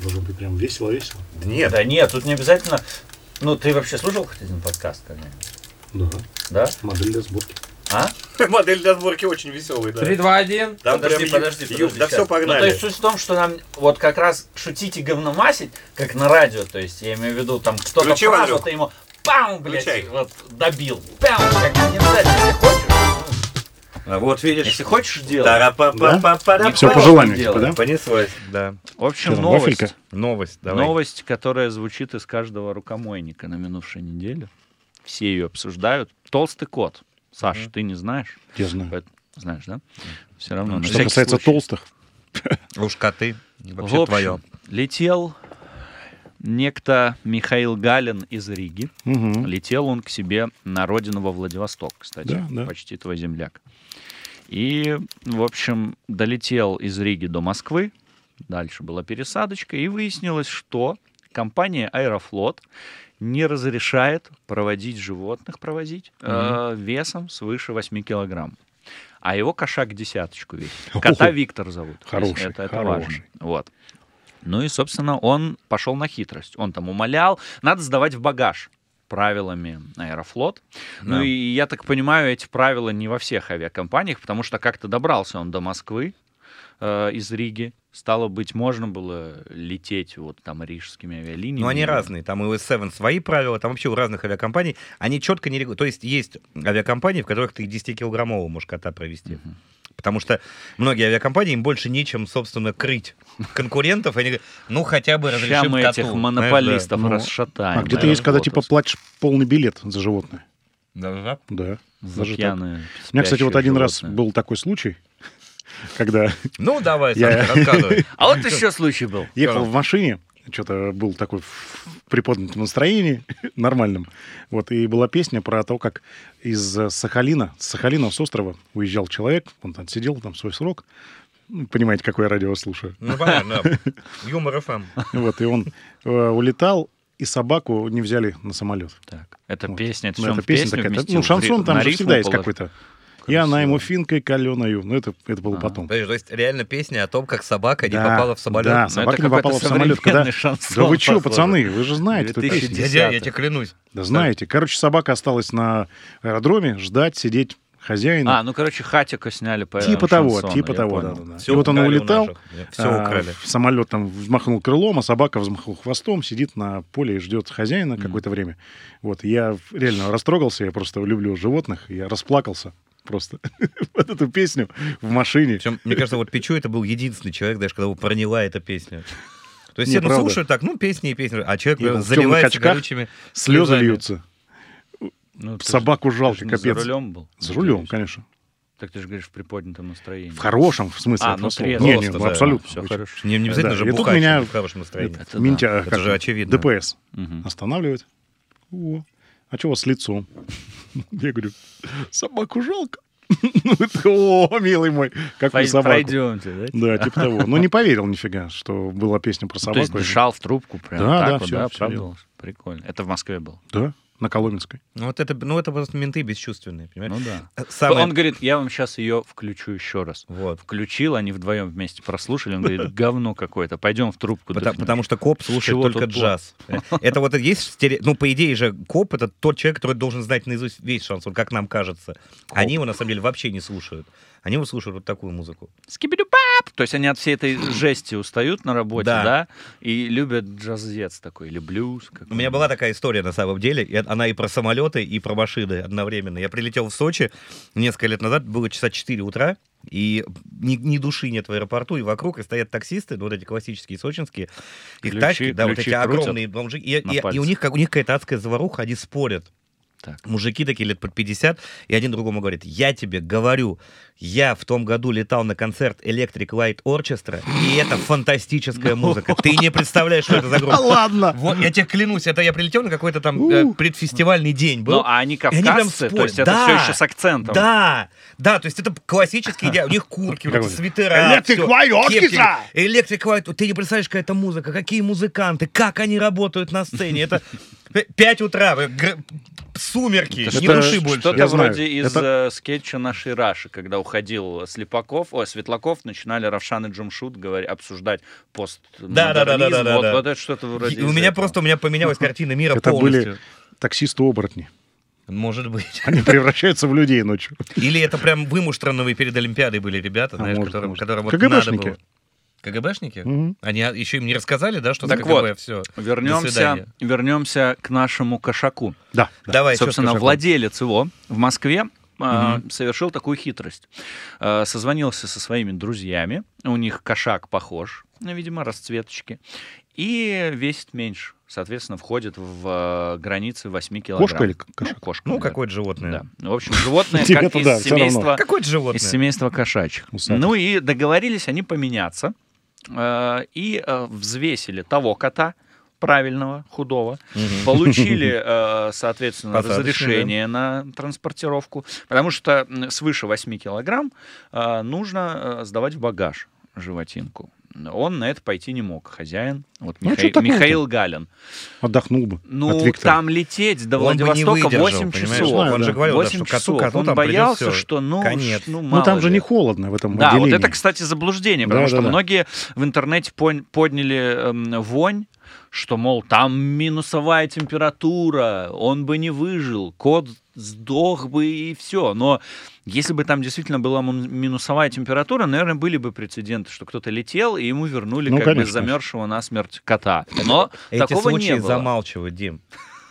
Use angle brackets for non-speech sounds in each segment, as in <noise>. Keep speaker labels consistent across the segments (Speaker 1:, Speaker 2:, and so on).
Speaker 1: Должен быть прям весело-весело.
Speaker 2: Да нет,
Speaker 3: Да нет, тут не обязательно. Ну, ты вообще слушал хоть один подкаст когда-нибудь?
Speaker 1: Да.
Speaker 3: Да?
Speaker 1: Модель для сборки.
Speaker 3: А?
Speaker 2: <laughs> модель для сборки очень веселый, да.
Speaker 4: 3, 2, 1.
Speaker 2: Там
Speaker 3: подожди,
Speaker 2: прям ю-
Speaker 3: подожди,
Speaker 2: ю-
Speaker 3: подожди,
Speaker 2: Да
Speaker 3: щас.
Speaker 2: все,
Speaker 3: Ну, то
Speaker 2: погнали.
Speaker 3: есть суть в том, что нам вот как раз шутить и говномасить, как на радио, то есть я имею в виду, там кто-то
Speaker 2: Включи,
Speaker 3: фразу,
Speaker 2: Валюк.
Speaker 3: ты ему пам, блядь,
Speaker 2: Включай.
Speaker 3: вот добил. Пям, как бы не обязательно, если хочешь.
Speaker 2: А вот
Speaker 3: ну,
Speaker 2: видишь.
Speaker 3: Если хочешь, делай.
Speaker 2: Тара-па-па-па-па-па.
Speaker 5: Всё по желанию, типа,
Speaker 3: Делай.
Speaker 5: да?
Speaker 2: Понеслось, да.
Speaker 6: В общем,
Speaker 5: Чё там,
Speaker 6: новость.
Speaker 5: вафелька?
Speaker 2: Новость, давай.
Speaker 6: Новость, которая звучит из каждого рукомойника на минувшей неделе. Все ее обсуждают. Толстый кот. Саша, ты не знаешь?
Speaker 5: Я знаю.
Speaker 6: Поэт- Знаешь, да? Все равно. на
Speaker 5: Что
Speaker 6: всякий
Speaker 5: касается
Speaker 6: случай.
Speaker 5: толстых,
Speaker 2: Уж коты.
Speaker 6: В общем, летел некто Михаил Галин из Риги.
Speaker 5: Мгм.
Speaker 6: Летел он к себе на родину во Владивосток, кстати,
Speaker 5: Да, да.
Speaker 6: почти твой земляк. И, в общем, долетел из Риги до Москвы, дальше была пересадочка, и выяснилось, что компания «Аэрофлот» не разрешает проводить животных, провозить э, весом свыше 8 килограмм. А его кошак десяточку весит. Кота
Speaker 5: Ого.
Speaker 6: Виктор зовут. если
Speaker 5: Хороший,
Speaker 6: Это, это
Speaker 5: хороший.
Speaker 6: важно. Вот. Ну и, собственно, он пошел на хитрость. Он там умолял, надо сдавать в багаж правилами Аэрофлот. Ну
Speaker 2: Да.
Speaker 6: и я так понимаю, эти правила не во всех авиакомпаниях, потому что как-то добрался он до Москвы э, из Риги. Стало быть, можно было лететь вот там рижскими авиалиниями.
Speaker 2: Но Ну, они разные. Там у S7 свои правила, там вообще у разных авиакомпаний. Они четко не регулируют. То есть есть авиакомпании, в которых ты 10-килограммового можешь кота провести. Потому что многие авиакомпании им больше нечем, собственно, крыть конкурентов. Они говорят, ну хотя бы разрешим
Speaker 6: Ща мы
Speaker 2: коту.
Speaker 6: этих
Speaker 2: Знаешь,
Speaker 6: монополистов
Speaker 5: Ну,
Speaker 6: расшатаем.
Speaker 5: а где-то есть, когда типа
Speaker 6: аэрофлотовцев.
Speaker 5: платишь полный билет за животное.
Speaker 2: да. Да, да.
Speaker 5: Да.
Speaker 6: За
Speaker 5: Даже так.
Speaker 6: пьяные,
Speaker 5: У меня, кстати, вот
Speaker 6: спящие
Speaker 5: один раз
Speaker 6: животные.
Speaker 5: был такой случай, <laughs> когда
Speaker 2: Ну давай,
Speaker 5: Я-
Speaker 2: Сашка, рассказывай.
Speaker 6: А вот еще случай был.
Speaker 5: ехал в машине, что-то был такой в приподнятом настроении, <laughs> нормальном. Вот, и была песня про то, как из э, Сахалина, с Сахалина, с острова уезжал человек, он там сидел, там свой срок. Ну, Понимаете, какое я радио слушаю. <laughs>
Speaker 2: Ну понятно. Юмор эм. ФМ.
Speaker 5: Вот, и он э, улетал, и собаку не взяли на самолет.
Speaker 6: Так, это
Speaker 5: Вот.
Speaker 6: песня, это
Speaker 5: Ну,
Speaker 6: всё он
Speaker 5: это
Speaker 6: в
Speaker 5: песня
Speaker 6: песню
Speaker 5: такая.
Speaker 6: вместил,
Speaker 5: Ну, шансон
Speaker 6: в
Speaker 5: там
Speaker 6: ри- на
Speaker 5: же
Speaker 6: рифму
Speaker 5: всегда есть
Speaker 6: положил.
Speaker 5: какой-то. И она
Speaker 6: Красиво.
Speaker 5: ему финкой каленою. Ну, это, это
Speaker 6: А,
Speaker 5: было потом.
Speaker 2: Подожди, То есть реально песня о том, как собака не
Speaker 5: Да,
Speaker 2: попала в самолет.
Speaker 5: Да,
Speaker 6: Ну,
Speaker 5: собака
Speaker 6: это
Speaker 5: не
Speaker 6: какой-то
Speaker 5: попала в самолет. Когда...
Speaker 6: современный шансон,
Speaker 5: Да вы что,
Speaker 6: похоже.
Speaker 5: пацаны, вы же знаете эту
Speaker 6: 2000.
Speaker 5: песню.
Speaker 2: Дядя, я тебе клянусь.
Speaker 5: Да знаете. Короче, собака осталась на аэродроме ждать, сидеть хозяина. э,
Speaker 6: А, ну, короче, хатика сняли по
Speaker 5: типа того, типа того. Да,
Speaker 2: Ну
Speaker 5: да, да. И вот он улетал.
Speaker 2: Все
Speaker 5: а,
Speaker 2: украли.
Speaker 5: в Самолет там взмахнул крылом, а собака взмахнул хвостом, сидит на поле и ждет хозяина какое-то время. Вот, я реально растрогался, я просто люблю животных, я расплакался просто <laughs> под эту песню в машине.
Speaker 2: Причем, мне кажется, вот Пичу это был единственный человек, даже когда его проняла эта песня. То есть
Speaker 5: Не,
Speaker 2: все ну,
Speaker 5: правда.
Speaker 2: слушают так, ну, песни и песни, а человек
Speaker 5: И он
Speaker 2: наверное,
Speaker 5: в тёмных
Speaker 2: заливается
Speaker 5: очках,
Speaker 2: горючими
Speaker 5: Слезы
Speaker 2: слезами.
Speaker 5: льются.
Speaker 6: Ну,
Speaker 5: Собаку жалко,
Speaker 6: За
Speaker 5: капец.
Speaker 6: рулем был?
Speaker 5: За рулем,
Speaker 6: Надеюсь.
Speaker 5: конечно.
Speaker 6: Так ты же говоришь, в приподнятом настроении.
Speaker 5: В хорошем, в смысле.
Speaker 6: А,
Speaker 5: этого
Speaker 6: ну,
Speaker 5: слова.
Speaker 6: трезво.
Speaker 5: Не, не,
Speaker 2: Просто,
Speaker 5: ну,
Speaker 2: да.
Speaker 5: абсолютно.
Speaker 6: Все
Speaker 5: Вы чё?
Speaker 6: хорошо.
Speaker 2: Не, не обязательно
Speaker 5: Да,
Speaker 2: же
Speaker 5: и тут
Speaker 2: бухать,
Speaker 5: меня-
Speaker 2: в хорошем настроении.
Speaker 6: Это да.
Speaker 5: Минтя,
Speaker 2: Это
Speaker 5: как
Speaker 2: же
Speaker 5: он,
Speaker 2: очевидно.
Speaker 5: ДПС
Speaker 6: Мгм.
Speaker 5: останавливает. О, а чего с лицом? <laughs> Я говорю, собаку жалко. <laughs> Ну, это, О, милый мой, какую
Speaker 6: Пой-
Speaker 5: собаку.
Speaker 6: Пройдемте, да?
Speaker 5: Да, типа того. Но не поверил нифига, что была песня про
Speaker 6: Ну, То есть
Speaker 5: собаку.
Speaker 6: дышал в трубку прям
Speaker 5: Да,
Speaker 6: так
Speaker 5: да,
Speaker 6: вот,
Speaker 5: всё,
Speaker 6: да,
Speaker 5: всё
Speaker 6: правда? Прикольно. Это в Москве был.
Speaker 5: Да, на
Speaker 6: <laughs>
Speaker 5: Коломенской.
Speaker 2: Ну, вот это, ну, это просто менты бесчувственные, понимаешь?
Speaker 6: Ну да.
Speaker 2: Самое-
Speaker 6: Он говорит, я вам сейчас ее включу еще раз.
Speaker 2: Вот.
Speaker 6: Включил, они вдвоем вместе прослушали. Он говорит, говно какое-то, пойдем в трубку.
Speaker 2: Потому, потому что коп слушает
Speaker 6: чего
Speaker 2: только
Speaker 6: тут плохо?
Speaker 2: джаз. Это вот и есть стере... Ну, по идее же, коп — это тот человек, который должен знать наизусть весь шансон, как нам кажется. Они его, на самом деле, вообще не слушают. Они его слушают вот такую музыку.
Speaker 6: Скибиду-пап! То есть они от всей этой жести устают на работе,
Speaker 2: Да.
Speaker 6: да, и любят джазец такой, или блюз.
Speaker 2: У меня была такая история, на самом деле. и она и про самолеты, и про машины одновременно. Я прилетел в Сочи несколько лет назад, было часа 4 утра, и ни, ни души нет в аэропорту, и вокруг, и стоят таксисты, ну, вот эти классические сочинские, их
Speaker 6: Ключи-
Speaker 2: тачки, да, вот
Speaker 6: ключи
Speaker 2: эти
Speaker 6: крутят
Speaker 2: огромные бомжи, и,
Speaker 6: на
Speaker 2: и- и у
Speaker 6: пальцах.
Speaker 2: них, как, у них какая-то адская заваруха, они спорят.
Speaker 6: Так.
Speaker 2: Мужики такие лет под 50, и один другому говорит, я тебе говорю, я в том году летал на концерт Electric Light Orchestra, и это
Speaker 6: <laughs>
Speaker 2: фантастическая
Speaker 6: Ну.
Speaker 2: музыка. Ты не представляешь, что это за группа.
Speaker 5: ладно!
Speaker 2: Вот, я тебе клянусь, это я прилетел на какой-то там э, предфестивальный день был.
Speaker 6: Ну, а они
Speaker 2: прям
Speaker 6: кавказцы, то
Speaker 2: спорят.
Speaker 6: есть это
Speaker 2: Да.
Speaker 6: все еще с акцентом.
Speaker 2: Да, да, то есть это классический идея. У них курки, вот эти
Speaker 5: Какой?
Speaker 2: свитера.
Speaker 5: Electric
Speaker 2: всё,
Speaker 5: White Orchestra!
Speaker 2: кепки. Electric White. Ты не представляешь, какая это музыка, какие музыканты, как они работают на сцене. Это П- Пять утра, вы гр- сумерки,
Speaker 5: Это
Speaker 2: не
Speaker 5: что-
Speaker 2: души больше.
Speaker 6: Что-то
Speaker 5: Я знаю.
Speaker 6: вроде из
Speaker 5: Это-
Speaker 6: э, скетча нашей Раши, когда уходил Слепаков, о, Светлаков, начинали Равшан и Джумшут говори, обсуждать постмодернизм.
Speaker 2: Да-да-да-да-да-да.
Speaker 6: Вот, вот это что-то вроде
Speaker 2: И У
Speaker 6: из
Speaker 2: меня
Speaker 6: этого.
Speaker 2: просто у меня поменялась картина мира
Speaker 5: <laughs> Это
Speaker 2: полностью.
Speaker 5: были таксисты-оборотни.
Speaker 2: Может быть.
Speaker 6: <laughs>
Speaker 5: Они превращаются в людей ночью.
Speaker 2: Или это прям вымуштранные перед Олимпиадой были ребята,
Speaker 5: А,
Speaker 2: знаешь,
Speaker 5: может,
Speaker 2: которым,
Speaker 5: может.
Speaker 2: которым вот надо
Speaker 5: КГБшники.
Speaker 2: было. КГБшники?
Speaker 5: Мгм.
Speaker 2: Они а, еще им не рассказали, да, что
Speaker 6: Так
Speaker 2: за
Speaker 6: вот,
Speaker 2: все.
Speaker 6: Вернемся, вернемся к нашему кошаку.
Speaker 5: Да. да.
Speaker 2: Давай, ещё
Speaker 6: Собственно,
Speaker 2: скажи.
Speaker 6: владелец его в Москве а, совершил такую хитрость. А, Созвонился со своими друзьями, у них кошак похож, ну, видимо, расцветочки, и весит меньше. Соответственно, входит в э, границы 8 килограмм.
Speaker 5: Кошка или кошак?
Speaker 6: Ну, кошка.
Speaker 2: Ну,
Speaker 6: да.
Speaker 2: какое-то животное.
Speaker 6: Да. В общем,
Speaker 5: <laughs>
Speaker 6: животное
Speaker 5: Тебе
Speaker 6: как
Speaker 5: это да,
Speaker 6: из
Speaker 5: всё равно.
Speaker 6: семейства
Speaker 2: Какое-то животное.
Speaker 6: из семейства кошачьих.
Speaker 5: Усатых.
Speaker 6: Ну и договорились они поменяться э, и э, взвесили того кота правильного, худого,
Speaker 2: Мгм.
Speaker 6: получили, э,
Speaker 2: <laughs>
Speaker 6: соответственно,
Speaker 2: Посадочный,
Speaker 6: разрешение на транспортировку, потому что м, свыше 8 килограмм э, нужно э, сдавать в багаж животинку. Он на это пойти не мог, хозяин, вот
Speaker 5: Ну, а
Speaker 6: Миха-
Speaker 5: чё такого-то?
Speaker 6: Михаил Галин.
Speaker 5: Отдохнул бы
Speaker 6: Ну,
Speaker 5: от Виктора.
Speaker 6: там лететь до
Speaker 2: Он бы не
Speaker 6: Владивостока
Speaker 2: выдержал,
Speaker 6: 8
Speaker 2: понимаешь?
Speaker 6: часов.
Speaker 5: Знаю,
Speaker 2: Он же
Speaker 5: да.
Speaker 2: говорил, да,
Speaker 6: 8
Speaker 2: что
Speaker 6: часов.
Speaker 2: коту коту
Speaker 6: Он
Speaker 2: там
Speaker 6: боялся,
Speaker 2: придётся.
Speaker 6: что ну,
Speaker 2: Конец.
Speaker 6: уж, ну,
Speaker 5: Ну,
Speaker 6: мало
Speaker 5: там же
Speaker 6: ли.
Speaker 5: не холодно в этом
Speaker 6: Да, вот
Speaker 5: отделении.
Speaker 6: это, кстати, заблуждение, потому
Speaker 5: Да,
Speaker 6: что
Speaker 5: да, да.
Speaker 6: многие в интернете пон- подняли эм, вонь, что, мол, там минусовая температура, он бы не выжил, кот сдох бы и все. Но если бы там действительно была мун- минусовая температура, наверное, были бы прецеденты, что кто-то летел, и ему вернули
Speaker 5: Ну,
Speaker 6: как бы
Speaker 5: конечно.
Speaker 6: замерзшего насмерть кота. Но
Speaker 2: Эти
Speaker 6: такого
Speaker 2: случаи
Speaker 6: не было.
Speaker 2: замалчивают, Дим.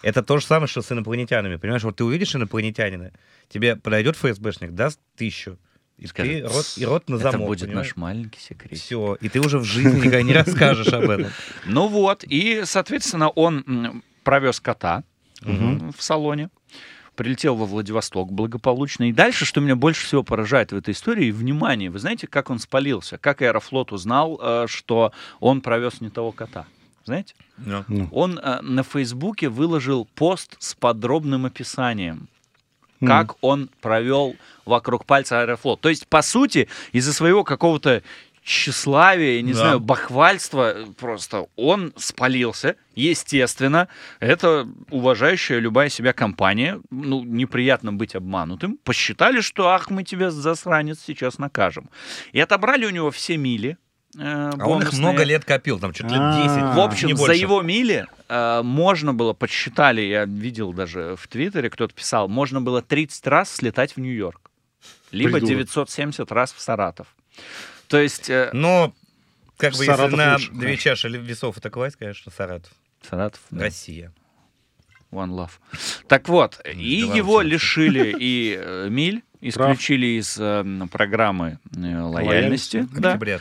Speaker 2: Это то же самое, что с инопланетянами. Понимаешь, вот ты увидишь инопланетянина, тебе подойдет ФСБшник, даст тысячу, и ты
Speaker 6: Скажет,
Speaker 2: рот, и рот на замок.
Speaker 6: Это будет наш маленький секрет.
Speaker 2: Все, и ты уже в жизни никогда не расскажешь об этом.
Speaker 6: Ну вот, и, соответственно, он м, провез кота
Speaker 2: Мгм.
Speaker 6: м, в салоне, прилетел во Владивосток благополучно. И дальше, что меня больше всего поражает в этой истории, внимание, вы знаете, как он спалился, как Аэрофлот узнал, э, что он провез не того кота. Знаете,
Speaker 2: Ну.
Speaker 5: Ну,
Speaker 6: он э, на Фейсбуке выложил пост с подробным описанием,
Speaker 5: Мгм.
Speaker 6: как он провел вокруг пальца Аэрофлот. То есть, по сути, из-за своего какого-то тщеславия, я не
Speaker 2: Да.
Speaker 6: знаю, бахвальства, э, просто он спалился, естественно. Это уважающая любая себя компания. Ну, неприятно быть обманутым. Посчитали, что, ах, мы тебя, засранец, сейчас накажем. И отобрали у него все мили. э,
Speaker 2: А он их
Speaker 6: бонусные.
Speaker 2: много лет копил, там что-то лет
Speaker 5: А.
Speaker 2: 10.
Speaker 6: В
Speaker 5: А,
Speaker 6: общем,
Speaker 2: не
Speaker 6: за
Speaker 2: больше.
Speaker 6: его мили э, можно было, подсчитали, я видел даже в Твиттере, кто-то писал, можно было 30 раз слетать в Нью-Йорк. Либо
Speaker 5: Придурок.
Speaker 6: 970 раз в Саратов. То есть... э,
Speaker 2: Но, как бы, если
Speaker 5: Саратов
Speaker 2: на
Speaker 5: лучше,
Speaker 2: две чаши весов атаковать, конечно, Саратов.
Speaker 6: Саратов, да,
Speaker 2: Россия.
Speaker 6: One Love. Так вот, и
Speaker 2: Беларусь,
Speaker 6: его
Speaker 2: в общем.
Speaker 6: лишили и э, миль,
Speaker 5: Прав.
Speaker 6: исключили из э, программы э, лояльности. Да.
Speaker 2: Октября.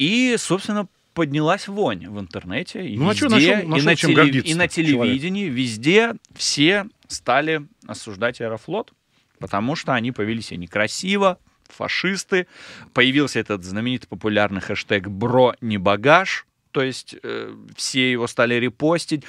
Speaker 6: И, собственно, поднялась вонь в интернете, и
Speaker 5: Ну, а
Speaker 6: везде,
Speaker 5: чё, нашёл-
Speaker 6: и,
Speaker 5: нашёл
Speaker 6: на
Speaker 5: чем
Speaker 6: теле-
Speaker 5: гордиться
Speaker 6: и на
Speaker 5: человек.
Speaker 6: телевидении, везде все стали осуждать Аэрофлот, потому что они повели себя некрасиво, фашисты. Появился этот знаменитый популярный хэштег «Бро не багаж», то есть э, все его стали репостить.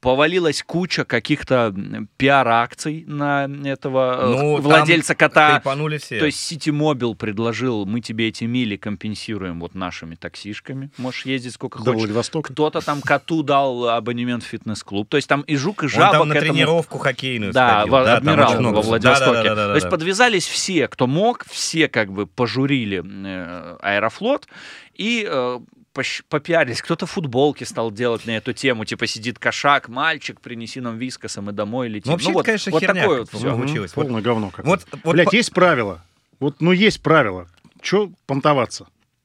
Speaker 6: Повалилась куча каких-то м, пиар-акций на этого э,
Speaker 2: Ну, там
Speaker 6: владельца кота.
Speaker 2: Хайпанули все.
Speaker 6: То есть Ситимобил предложил, мы тебе эти мили компенсируем вот нашими таксишками. Можешь ездить сколько
Speaker 5: до
Speaker 6: хочешь.
Speaker 5: Владивостока.
Speaker 6: Кто-то там коту дал абонемент в фитнес-клуб. То есть там и жук, и
Speaker 2: он
Speaker 6: жаба
Speaker 2: там на
Speaker 6: к этому
Speaker 2: тренировку хоккейную
Speaker 6: да,
Speaker 2: сходил.
Speaker 6: во-
Speaker 2: там
Speaker 6: адмирал
Speaker 2: очень много
Speaker 6: во
Speaker 2: всего.
Speaker 6: Владивостоке.
Speaker 2: Да-да-да-да-да.
Speaker 6: То есть подвязались все, кто мог, все как бы пожурили э, Аэрофлот и э, пощ- попиарились. Кто-то футболки стал делать на эту тему, типа сидит кошак, мальчик, принеси нам вискоса, мы домой летим.
Speaker 2: Ну, вообще, это,
Speaker 6: вот,
Speaker 2: конечно,
Speaker 6: вот
Speaker 2: херня
Speaker 6: такое вот
Speaker 2: как-то
Speaker 6: всё.
Speaker 5: Мгм.
Speaker 2: получилось. Вот-
Speaker 5: Полное говно какое
Speaker 2: Вот, вот
Speaker 5: Блять,
Speaker 2: по-
Speaker 5: есть правила. Вот, ну, есть правила. Че понтоваться?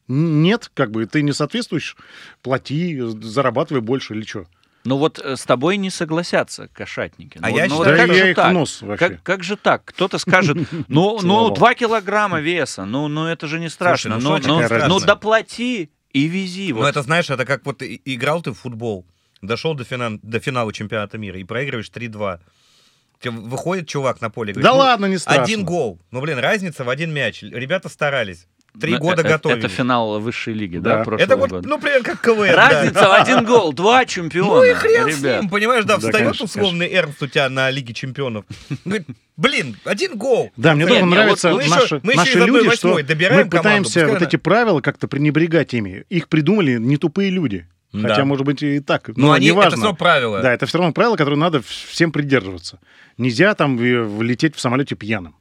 Speaker 5: Н- Нет, как бы ты не соответствуешь, плати, э, зарабатывай больше или что.
Speaker 6: Ну вот э, с тобой не согласятся кошатники.
Speaker 2: А
Speaker 6: ну,
Speaker 2: я считаю,
Speaker 6: ну, вот как
Speaker 5: да я
Speaker 6: же
Speaker 5: их
Speaker 6: так?
Speaker 5: в нос вообще.
Speaker 6: Как, как же так? Кто-то
Speaker 2: <laughs>
Speaker 6: скажет, ну, ну,
Speaker 5: Целовал.
Speaker 6: 2 килограмма веса, ну, ну это же не страшно.
Speaker 2: ну
Speaker 6: Ну,
Speaker 2: что
Speaker 6: ну,
Speaker 5: такая
Speaker 6: ну,
Speaker 5: разница?
Speaker 6: доплати и вези.
Speaker 2: Ну,
Speaker 6: вот.
Speaker 2: это, знаешь, это как вот и- играл ты в футбол, дошел до, финан- до финала чемпионата мира и проигрываешь 3-2. Тебе Выходит чувак на поле и говорит,
Speaker 5: Да
Speaker 2: «Ну,
Speaker 5: ладно, не страшно.
Speaker 2: один гол. Ну, блин, разница в один мяч. Ребята старались. Три
Speaker 6: Ну,
Speaker 2: года
Speaker 6: э- э-
Speaker 2: готовились.
Speaker 6: Это финал высшей лиги, да,
Speaker 5: Да.
Speaker 6: прошлого
Speaker 2: Это вот,
Speaker 6: года?
Speaker 2: ну, примерно как КВН. да.
Speaker 6: Разница в один гол,
Speaker 2: <laughs>
Speaker 6: два чемпиона,
Speaker 2: Ну и хрен с
Speaker 6: ребят.
Speaker 2: ним, понимаешь, да,
Speaker 5: Да,
Speaker 2: встает
Speaker 5: конечно,
Speaker 2: условный Эрнст у тебя на Лиге Чемпионов. Говорит, блин, один гол.
Speaker 5: Да, мне
Speaker 6: Нет,
Speaker 5: тоже
Speaker 6: не, вот
Speaker 5: нравятся
Speaker 2: а мы еще-
Speaker 5: наши,
Speaker 2: мы еще
Speaker 5: наши
Speaker 2: из одной
Speaker 5: люди, что
Speaker 2: восьмой добираем
Speaker 5: мы пытаемся
Speaker 2: команду, пускай
Speaker 5: вот
Speaker 2: она-
Speaker 5: эти правила как-то пренебрегать ими. Их придумали не тупые люди.
Speaker 2: Да.
Speaker 5: Хотя, может быть, и так.
Speaker 2: Ну,
Speaker 5: Но
Speaker 2: они, это
Speaker 5: неважно.
Speaker 2: все равно правила.
Speaker 5: Да, это все равно правило, которое надо вс- всем придерживаться. Нельзя там э, влететь в самолете пьяным.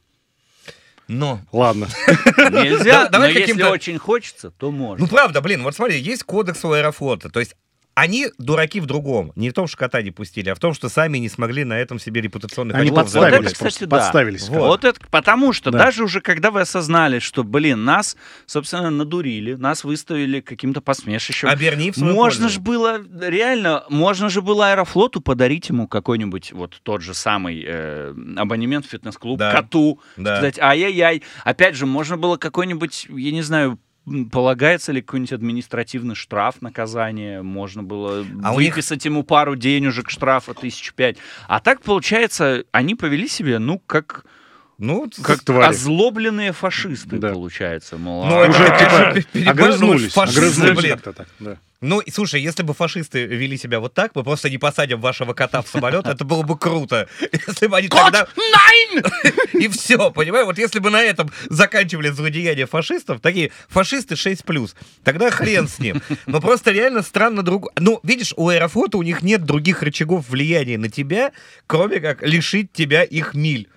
Speaker 2: Но.
Speaker 5: Ладно.
Speaker 6: Нельзя,
Speaker 2: Да, давай
Speaker 6: но если
Speaker 2: каким-то-
Speaker 6: очень хочется, то можно.
Speaker 2: Ну, правда, блин, вот смотри, есть кодекс у Аэрофлота, то есть они дураки в другом. Не в том, что кота не пустили, а в том, что сами не смогли на этом себе репутационных
Speaker 5: Они
Speaker 2: очков
Speaker 5: подставились
Speaker 2: заработать.
Speaker 5: просто, подставились.
Speaker 6: Вот. это, потому что
Speaker 5: Да.
Speaker 6: даже уже когда вы осознали, что, блин, нас, собственно, надурили, нас выставили каким-то посмешищем.
Speaker 2: Оберни А, в свою
Speaker 6: Можно
Speaker 2: пользу.
Speaker 6: же было, реально, можно же было Аэрофлоту подарить ему какой-нибудь вот тот же самый э, абонемент в фитнес-клуб,
Speaker 2: Да.
Speaker 6: коту,
Speaker 2: Да.
Speaker 6: сказать, ай-яй-яй. Опять же, можно было какой-нибудь, я не знаю, м, полагается ли какой-нибудь административный штраф, наказание, можно было
Speaker 2: А у них-
Speaker 6: выписать ему пару денежек штрафа тысяч пять. А так, получается, они повели себя, ну, как,
Speaker 2: Ну,
Speaker 5: Как
Speaker 2: с-
Speaker 5: твари.
Speaker 6: озлобленные фашисты,
Speaker 5: Да.
Speaker 6: получается. Мол,
Speaker 2: Ну,
Speaker 6: а-
Speaker 5: Уже
Speaker 2: это, конечно,
Speaker 5: типа
Speaker 2: перебор, ну,
Speaker 5: огрызнулись.
Speaker 2: фашисты,
Speaker 5: Огрызнулись
Speaker 2: блин.
Speaker 5: как-то так. да.
Speaker 2: Ну, и слушай, если бы фашисты вели себя вот так, мы просто не посадим вашего кота в самолет, это было бы круто. <laughs> Если бы они тогда... <laughs> И все, понимаешь? Вот если бы на этом заканчивали злодеяния фашистов, такие фашисты 6+, тогда хрен с ним. Но просто реально странно друг... Ну, видишь, у Аэрофлота у них нет других рычагов влияния на тебя, кроме как лишить тебя их миль.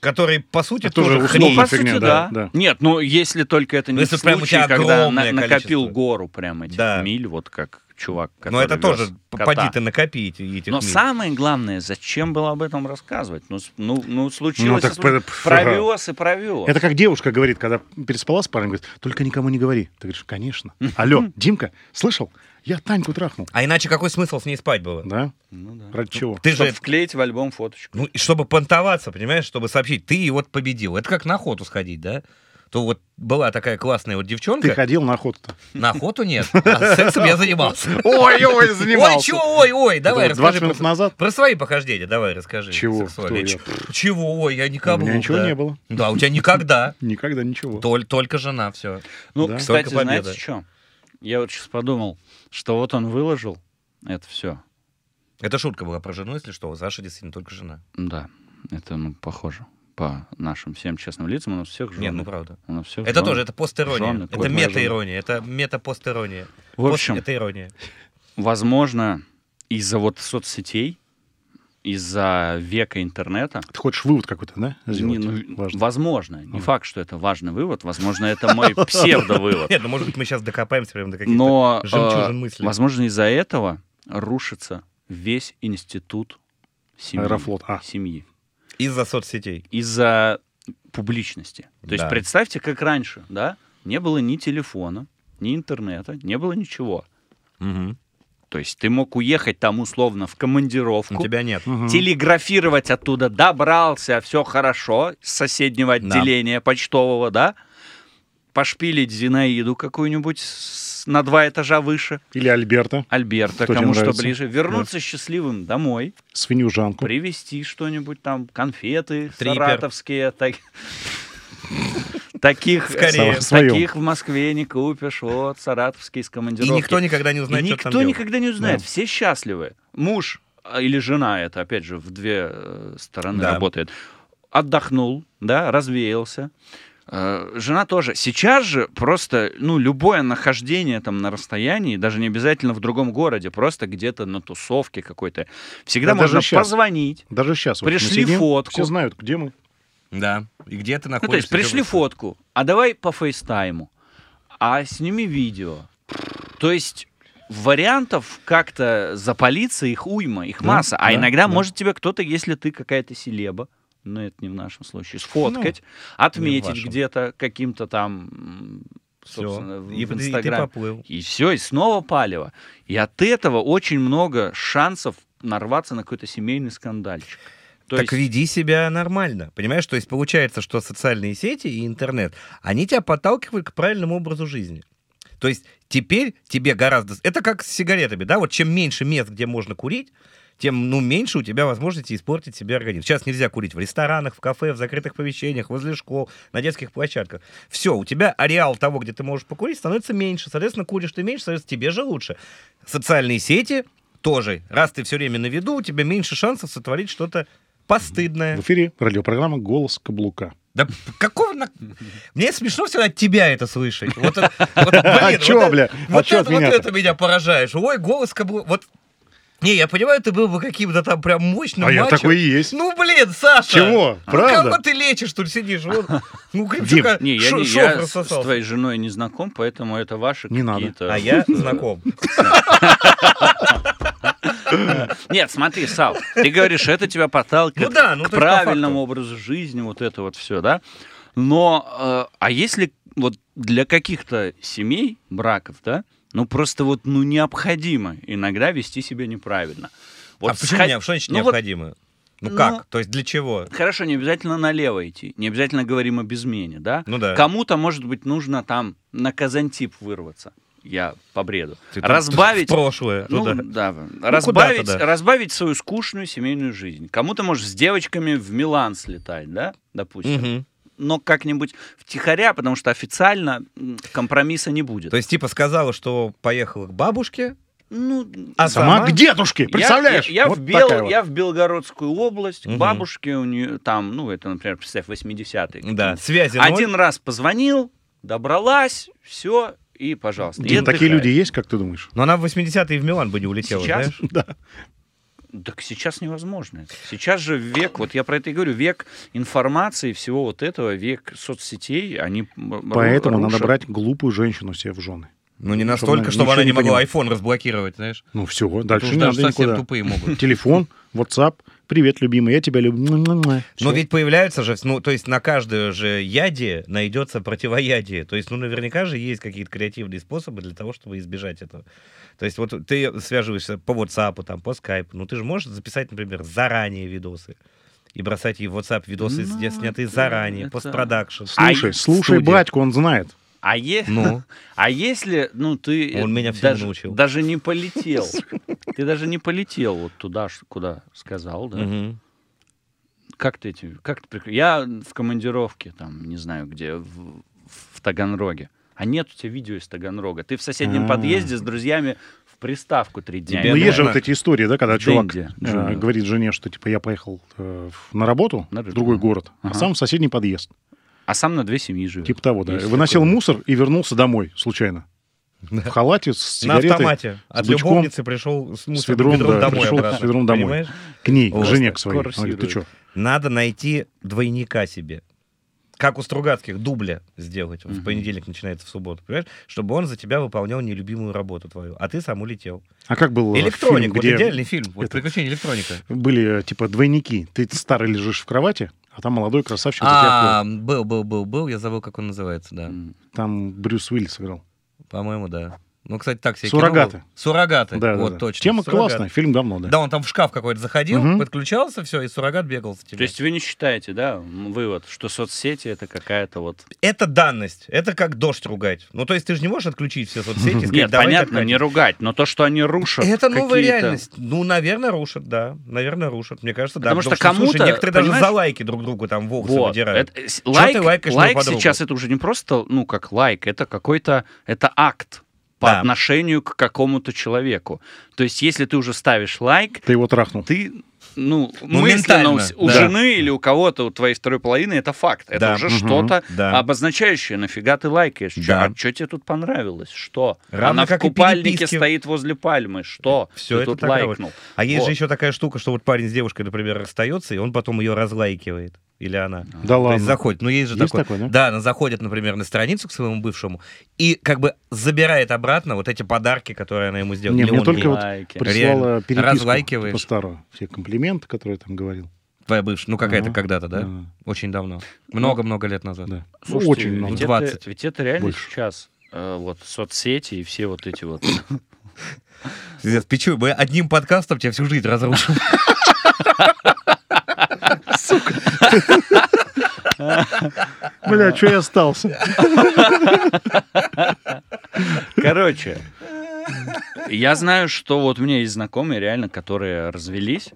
Speaker 2: Которые, по сути,
Speaker 5: Это тоже
Speaker 2: тоже
Speaker 5: условно
Speaker 2: хрень.
Speaker 6: Ну, по
Speaker 5: фигня,
Speaker 6: сути,
Speaker 5: да,
Speaker 6: да.
Speaker 5: да.
Speaker 6: Нет, ну если только это не
Speaker 2: Если
Speaker 6: в
Speaker 2: прям у тебя
Speaker 6: случае, когда на-
Speaker 2: огромное
Speaker 6: накопил
Speaker 2: количество.
Speaker 6: гору прям этих
Speaker 2: Да.
Speaker 6: миль, вот как чувак, который
Speaker 2: Но это
Speaker 6: вез
Speaker 2: тоже,
Speaker 6: кота.
Speaker 2: поди ты накопи эти- этих
Speaker 6: Но
Speaker 2: миль.
Speaker 6: самое главное, зачем было об этом рассказывать? Ну, с- ну, ну случилось,
Speaker 5: так
Speaker 6: и случилось.
Speaker 5: пр- пр-
Speaker 6: провез и провез.
Speaker 5: Это как девушка говорит, когда переспала с парнем, говорит, только никому не говори. Ты говоришь,
Speaker 2: <laughs>
Speaker 5: конечно. Алло, Димка, слышал? Я Таньку трахнул.
Speaker 2: А иначе какой смысл с ней спать было?
Speaker 5: Да?
Speaker 6: Ну да.
Speaker 5: Ради чего?
Speaker 2: Ты
Speaker 6: Чтоб
Speaker 2: же
Speaker 6: вклеить в альбом фоточку.
Speaker 2: Ну, и чтобы понтоваться, понимаешь, чтобы сообщить, ты вот победил. Это как на охоту сходить, да? То вот была такая классная вот
Speaker 5: Ты
Speaker 2: девчонка,
Speaker 5: ходил на охоту-то.
Speaker 2: на охоту нет, а сексом я занимался.
Speaker 5: Ой-ой,
Speaker 2: Ой, чё, ой, ой, давай
Speaker 5: Это 20
Speaker 2: расскажи.
Speaker 5: минут
Speaker 2: про-
Speaker 5: назад
Speaker 2: Про свои похождения давай расскажи.
Speaker 5: Чего?
Speaker 2: сексуальные.
Speaker 5: Кто
Speaker 2: Ч- Чего? Ой, я
Speaker 5: у
Speaker 2: никому.
Speaker 5: меня ничего
Speaker 2: да.
Speaker 5: не было.
Speaker 2: Да, у тебя никогда.
Speaker 5: Никогда ничего.
Speaker 2: Толь- Только жена, все.
Speaker 6: Ну,
Speaker 5: Да.
Speaker 6: кстати,
Speaker 2: Только победа.
Speaker 6: знаете что? Я вот сейчас подумал, что вот он выложил это все.
Speaker 2: Это шутка была про жену, если что. У Саши действительно только жена.
Speaker 6: Да, это ну, похоже по нашим всем честным лицам. У нас всех жены.
Speaker 2: Нет, ну правда.
Speaker 6: У нас всех
Speaker 2: Это
Speaker 6: жены.
Speaker 2: тоже, это
Speaker 6: Жены,
Speaker 2: пост-ирония. Это
Speaker 6: кот, моя
Speaker 2: мета-ирония. Это мета-пост-ирония.
Speaker 6: В общем,
Speaker 2: Это ирония.
Speaker 6: возможно, из-за вот соцсетей, из-за века интернета.
Speaker 5: Ты хочешь вывод какой-то, да?
Speaker 6: не, ну,
Speaker 5: Сделать? Важно.
Speaker 6: Возможно. Не
Speaker 5: Ага.
Speaker 6: факт, что это важный вывод. Возможно, это
Speaker 5: <laughs>
Speaker 6: мой псевдовывод.
Speaker 2: Нет, ну может быть мы сейчас докопаемся прям до каких-то
Speaker 6: Но,
Speaker 2: жемчужин
Speaker 6: э,
Speaker 2: мысли.
Speaker 6: возможно, из-за этого рушится весь институт семьи.
Speaker 5: Аэрофлот. А.
Speaker 6: Семьи.
Speaker 2: Из-за соцсетей.
Speaker 6: Из-за публичности. То есть
Speaker 2: Да.
Speaker 6: представьте, как раньше, да? Не было ни телефона, ни интернета, не было ничего. То есть ты мог уехать там условно в
Speaker 2: У
Speaker 5: Ну,
Speaker 6: командировку,
Speaker 2: тебя нет.
Speaker 5: Мгм.
Speaker 6: телеграфировать оттуда, добрался, все хорошо, с соседнего отделения почтового, да, пошпилить Зинаиду какую-нибудь с- на два этажа выше,
Speaker 5: Или Альберта,
Speaker 6: Альберта,
Speaker 5: Кто тебе
Speaker 6: кому что
Speaker 5: нравится.
Speaker 6: ближе, вернуться счастливым домой,
Speaker 5: свинью Жанку.
Speaker 6: привезти что-нибудь там, конфеты
Speaker 2: Трипер.
Speaker 6: саратовские, так- Таких, э,
Speaker 2: Скорее.
Speaker 6: таких
Speaker 5: Своем.
Speaker 6: в Москве не купишь, вот, саратовские из
Speaker 2: И
Speaker 6: командировки.
Speaker 2: никто никогда не узнает,
Speaker 6: И
Speaker 2: что ты
Speaker 6: никто
Speaker 2: там делал.
Speaker 6: никогда не узнает.
Speaker 5: Да.
Speaker 6: Все счастливы. Муж а, или жена, это опять же в две э, стороны
Speaker 2: Да.
Speaker 6: работает. Отдохнул, да, развеялся. Э, Жена тоже. Сейчас же просто, ну, любое нахождение там на расстоянии, даже не обязательно в другом городе, просто где-то на тусовке какой-то, всегда
Speaker 5: Да даже
Speaker 6: можно
Speaker 5: щас.
Speaker 6: позвонить.
Speaker 5: Даже сейчас.
Speaker 6: Пришли фотку.
Speaker 5: Все знают, где мы.
Speaker 2: Да. И где ты
Speaker 6: Ну, то есть
Speaker 2: находишься?
Speaker 6: пришли
Speaker 2: фото.
Speaker 6: фотку, а давай по фейстайму, а сними видео. То есть вариантов как-то запалиться их уйма, их
Speaker 5: Да,
Speaker 6: масса. А
Speaker 5: да,
Speaker 6: иногда
Speaker 5: да.
Speaker 6: может тебе кто-то, если ты какая-то селеба, но это не в нашем случае, сфоткать, отметить
Speaker 2: Ну, вашем.
Speaker 6: где-то каким-то там, м,
Speaker 2: Все.
Speaker 6: собственно, в,
Speaker 2: И,
Speaker 6: в
Speaker 2: ты- и ты
Speaker 6: Инстаграме.
Speaker 2: поплыл.
Speaker 6: И все, и снова палево. И от этого очень много шансов нарваться на какой-то семейный скандальчик. То
Speaker 2: так
Speaker 6: есть-
Speaker 2: веди себя нормально. Понимаешь, то есть получается, что социальные сети и интернет, они тебя подталкивают к правильному образу жизни. То есть теперь тебе гораздо... Это как с сигаретами, да? Вот чем меньше мест, где можно курить, тем ну, меньше у тебя возможности испортить себе организм. Сейчас нельзя курить в ресторанах, в кафе, в закрытых помещениях, возле школ, на детских площадках. Все, у тебя ареал того, где ты можешь покурить, становится меньше. Соответственно, куришь ты меньше, соответственно, тебе же лучше. Социальные сети тоже. Раз ты все время на виду, у тебя меньше шансов сотворить что-то постыдное.
Speaker 5: В эфире радиопрограмма «Голос каблука».
Speaker 2: Да п- какого... на- Мне смешно всегда от тебя это слышать. Вот, это-
Speaker 5: <laughs>
Speaker 2: вот, блин,
Speaker 5: А
Speaker 2: вот
Speaker 5: чё,
Speaker 2: это-
Speaker 5: бля? А
Speaker 2: Вот,
Speaker 5: чё
Speaker 2: это,
Speaker 5: от
Speaker 2: вот
Speaker 5: меня-то?
Speaker 2: это меня поражаешь. Ой, голос как бы... Вот... Не, я понимаю, ты был бы каким-то там прям мощным
Speaker 5: А я
Speaker 2: мачо.
Speaker 5: такой и есть.
Speaker 2: Ну, блин, Саша.
Speaker 5: Чего?
Speaker 2: Ну,
Speaker 5: Правда?
Speaker 2: кого ты лечишь, что ли, сидишь? Вот. Ну,
Speaker 5: Дим,
Speaker 2: Кремчука
Speaker 6: Не, я,
Speaker 2: шо-
Speaker 6: не,
Speaker 2: шов
Speaker 6: я с, с
Speaker 2: рассосался.
Speaker 6: твоей женой не знаком, поэтому это ваши
Speaker 5: Не надо.
Speaker 6: какие-то...
Speaker 2: А
Speaker 6: <laughs>
Speaker 2: я знаком.
Speaker 6: Нет, смотри, Сал, ты говоришь, это тебя подталкивает
Speaker 2: Ну да, ну
Speaker 6: к
Speaker 2: то есть по факту.
Speaker 6: правильному образу жизни, вот это вот все, да? Но, э, а если вот для каких-то семей, браков, да, ну просто вот, ну необходимо иногда вести себя неправильно. Вот
Speaker 2: а почему
Speaker 6: сход-
Speaker 2: не- что значит
Speaker 6: ну вот
Speaker 2: необходимо? Ну,
Speaker 6: ну-
Speaker 2: как? То есть для чего?
Speaker 6: Хорошо, не обязательно налево идти, не обязательно говорим об измене, да?
Speaker 2: Ну да.
Speaker 6: Кому-то, может быть, нужно там на казантип вырваться. Я по бреду.
Speaker 2: Ты тут- <laughs>
Speaker 6: Разбавить
Speaker 2: В прошлое.
Speaker 6: ну,
Speaker 2: Ну, да.
Speaker 6: да. Разбавить,
Speaker 2: куда-то, да.
Speaker 6: разбавить свою скучную семейную жизнь. Кому-то можешь с девочками в Милан слетать, да, допустим.
Speaker 2: Мгм.
Speaker 6: Но как-нибудь втихаря, потому что официально м, компромисса не будет.
Speaker 2: То есть, типа, сказала, что поехала к бабушке,
Speaker 6: ну,
Speaker 2: а
Speaker 5: Сама
Speaker 2: сама...
Speaker 5: к дедушке,
Speaker 6: я-
Speaker 5: представляешь?
Speaker 6: Я, я
Speaker 5: Вот
Speaker 6: в Бел-
Speaker 5: такая вот.
Speaker 6: я в Белгородскую область, к
Speaker 2: Мгм.
Speaker 6: бабушке у нее там, ну, это, например, представь, 80-е.
Speaker 2: Да, связи ноль.
Speaker 6: Один раз позвонил, добралась, все, и, пожалуйста. и
Speaker 5: Дим, такие
Speaker 6: отдыхай.
Speaker 5: люди есть, как ты думаешь?
Speaker 2: Но она в 80-е в Милан бы не улетела,
Speaker 6: Сейчас?
Speaker 2: знаешь?
Speaker 6: Так сейчас невозможно. это. Сейчас же век, вот я про это и говорю, век информации, всего вот этого, век соцсетей, они м,
Speaker 5: Поэтому
Speaker 6: ру-
Speaker 5: надо
Speaker 6: рушат.
Speaker 5: брать глупую женщину себе в жены.
Speaker 2: Ну, не
Speaker 5: она
Speaker 2: настолько, чтобы она
Speaker 5: ничего
Speaker 2: не
Speaker 5: не
Speaker 2: могла
Speaker 5: понимала.
Speaker 2: iPhone разблокировать, знаешь?
Speaker 5: Ну все,
Speaker 2: Потому
Speaker 5: дальше
Speaker 2: что
Speaker 5: не
Speaker 2: даже
Speaker 5: надо
Speaker 2: совсем
Speaker 5: никуда.
Speaker 2: тупые могут.
Speaker 5: Телефон, WhatsApp, привет, любимый, я тебя люблю. Муа-муа.
Speaker 2: Но
Speaker 5: Всё.
Speaker 2: Ну, ведь появляются же, ну, то есть на каждое же яде найдется противоядие. То есть, ну, наверняка же есть какие-то креативные способы для того, чтобы избежать этого. То есть, вот ты связываешься по WhatsApp, там, по Skype. Ну, ты же можешь записать, например, заранее видосы и бросать ей в WhatsApp видосы,
Speaker 6: Ну,
Speaker 2: сня- снятые
Speaker 6: это-
Speaker 2: заранее,
Speaker 6: это- <laughs>
Speaker 2: постпродакшн.
Speaker 5: Слушай,
Speaker 6: А
Speaker 5: слушай
Speaker 2: студия.
Speaker 5: батьку, он знает.
Speaker 6: А, е-
Speaker 2: Ну,
Speaker 6: а если, ну, ты
Speaker 2: Он меня всему
Speaker 6: даже,
Speaker 2: научил.
Speaker 6: даже
Speaker 2: <laughs>
Speaker 6: не полетел, ты даже не полетел вот туда, ш- куда сказал, да?
Speaker 2: мгм.
Speaker 6: Как ты эти, как ты, прик- я в командировке, там, не знаю где, в, в Таганроге, а нет у тебя видео из Таганрога, ты в соседнем
Speaker 5: А.
Speaker 6: подъезде с друзьями в приставку три дня.
Speaker 2: Тебе
Speaker 5: Ну, есть же
Speaker 2: думаю,
Speaker 5: вот эти истории, да, когда
Speaker 6: Дэнди,
Speaker 5: чувак э,
Speaker 6: Джуниор.
Speaker 5: говорит жене, что типа я поехал э, в- на работу
Speaker 6: На
Speaker 5: в
Speaker 6: рынок,
Speaker 5: другой
Speaker 6: да.
Speaker 5: город, а
Speaker 6: Ага.
Speaker 5: сам в соседний подъезд.
Speaker 6: А сам на две семьи
Speaker 2: Э,
Speaker 6: живет.
Speaker 5: Типа того, да.
Speaker 6: Есть
Speaker 5: Выносил
Speaker 6: такое.
Speaker 5: мусор и вернулся домой случайно. В халате с
Speaker 2: На
Speaker 5: сигаретой
Speaker 2: автомате. От
Speaker 5: бычком,
Speaker 2: любовницы пришел с мусорным
Speaker 5: ведром,
Speaker 2: ведром
Speaker 5: да,
Speaker 2: домой
Speaker 5: пришел с
Speaker 2: обратно.
Speaker 5: ведром домой.
Speaker 2: Понимаешь?
Speaker 5: к ней, к
Speaker 2: О,
Speaker 5: жене к своей. Она
Speaker 6: корсирует.
Speaker 5: говорит, ты что?
Speaker 2: Надо найти двойника себе. Как у Стругацких, дубля сделать. Вот В
Speaker 6: Мгм.
Speaker 2: понедельник начинается в субботу, понимаешь? Чтобы он за тебя выполнял нелюбимую работу твою, а ты сам улетел.
Speaker 5: А как был э,
Speaker 2: Электроник,
Speaker 5: фильм,
Speaker 2: вот
Speaker 5: где
Speaker 2: идеальный фильм. Вот
Speaker 5: этот-
Speaker 2: приключения электроника.
Speaker 5: были э, типа двойники? Ты старый лежишь в кровати, а там молодой красавчик. за тебя ходит.
Speaker 2: А, был, был, был, был, я забыл, как он называется, да.
Speaker 6: М.
Speaker 5: Там Брюс Уиллис играл.
Speaker 2: По-моему, да. Ну, кстати, так себе
Speaker 5: Суррогаты.
Speaker 2: кино было. Суррогаты,
Speaker 5: Да, да,
Speaker 2: вот
Speaker 5: да.
Speaker 2: точно.
Speaker 5: Тема
Speaker 2: суррогаты.
Speaker 5: классная, фильм говно, да.
Speaker 2: Да, он там в шкаф какой-то заходил,
Speaker 5: Мгм.
Speaker 2: подключался, все, и суррогат бегал за тебя.
Speaker 6: То есть вы не считаете, да, м, вывод, что соцсети это какая-то вот...
Speaker 2: это данность. Это как дождь ругать. Ну, то есть ты же не можешь отключить
Speaker 5: <laughs>
Speaker 2: все соцсети. и сказать,
Speaker 6: Нет,
Speaker 2: «Давай
Speaker 6: понятно,
Speaker 2: катать».
Speaker 6: не ругать, но то, что они рушат
Speaker 2: Это новая
Speaker 6: какие-то-
Speaker 2: реальность. Ну, наверное, рушат, да. Наверное, рушат. Мне кажется, да.
Speaker 6: Потому что
Speaker 2: слушай,
Speaker 6: кому-то,
Speaker 2: некоторые даже за
Speaker 6: понимаешь?
Speaker 2: лайки друг другу там волосы
Speaker 6: Вот.
Speaker 2: выдирают.
Speaker 6: Это- э, с-
Speaker 2: ты
Speaker 6: лайк
Speaker 2: лайкаешь мою
Speaker 6: лайк
Speaker 2: подругу?
Speaker 6: сейчас это уже не просто, ну, как лайк, это какой-то, это акт по
Speaker 2: Да.
Speaker 6: отношению к какому-то человеку. То есть, если ты уже ставишь лайк,
Speaker 5: Ты его трахнул.
Speaker 6: ты, ну,
Speaker 2: Ну,
Speaker 6: мысленно у,
Speaker 2: ментально,
Speaker 6: с- у
Speaker 2: да.
Speaker 6: жены или у кого-то, у твоей второй половины, это факт. Это
Speaker 2: Да,
Speaker 6: уже
Speaker 5: мгм,
Speaker 6: что-то
Speaker 2: да.
Speaker 6: обозначающее. Нафига ты лайкаешь? Чё-
Speaker 2: Да.
Speaker 6: А что тебе тут понравилось? Что?
Speaker 2: Равно
Speaker 6: Она в
Speaker 2: как и
Speaker 6: купальнике
Speaker 2: переписки.
Speaker 6: стоит возле пальмы. Что?
Speaker 2: Всё
Speaker 6: ты
Speaker 2: это
Speaker 6: тут
Speaker 2: так
Speaker 6: лайкнул.
Speaker 2: А есть
Speaker 6: Вот.
Speaker 2: же еще такая штука, что вот парень с девушкой, например, расстается, и он потом ее разлайкивает. Или
Speaker 5: Да
Speaker 2: она. То есть
Speaker 5: ладно.
Speaker 2: заходит. Ну, есть же
Speaker 5: Есть
Speaker 2: такое.
Speaker 5: такое, да?
Speaker 2: она заходит, например, на страницу к своему бывшему и как бы забирает обратно вот эти подарки, которые она ему сделала.
Speaker 5: Не,
Speaker 2: Или
Speaker 5: мне
Speaker 2: он
Speaker 5: только
Speaker 2: ей.
Speaker 5: вот
Speaker 6: Лайки.
Speaker 5: прислала
Speaker 2: Реально.
Speaker 5: переписку
Speaker 2: Разлайкиваешь.
Speaker 5: по старую. Все комплименты, которые я там говорил.
Speaker 2: Твоя бывшая. Ну, какая-то
Speaker 5: Ага.
Speaker 2: когда-то, да?
Speaker 5: Да.
Speaker 2: Очень давно. Много-много лет назад.
Speaker 5: Да.
Speaker 6: Слушайте,
Speaker 5: Очень
Speaker 6: ведь
Speaker 5: много.
Speaker 6: это-
Speaker 2: 20.
Speaker 6: ведь это реально
Speaker 5: Больше.
Speaker 6: сейчас э, вот соцсети и все вот эти вот.
Speaker 2: Пиздец, Пичуй, мы одним подкастом тебя всю жизнь разрушим.
Speaker 5: Бля, что я остался?
Speaker 6: Короче, я знаю, что вот у меня есть знакомые реально, которые развелись,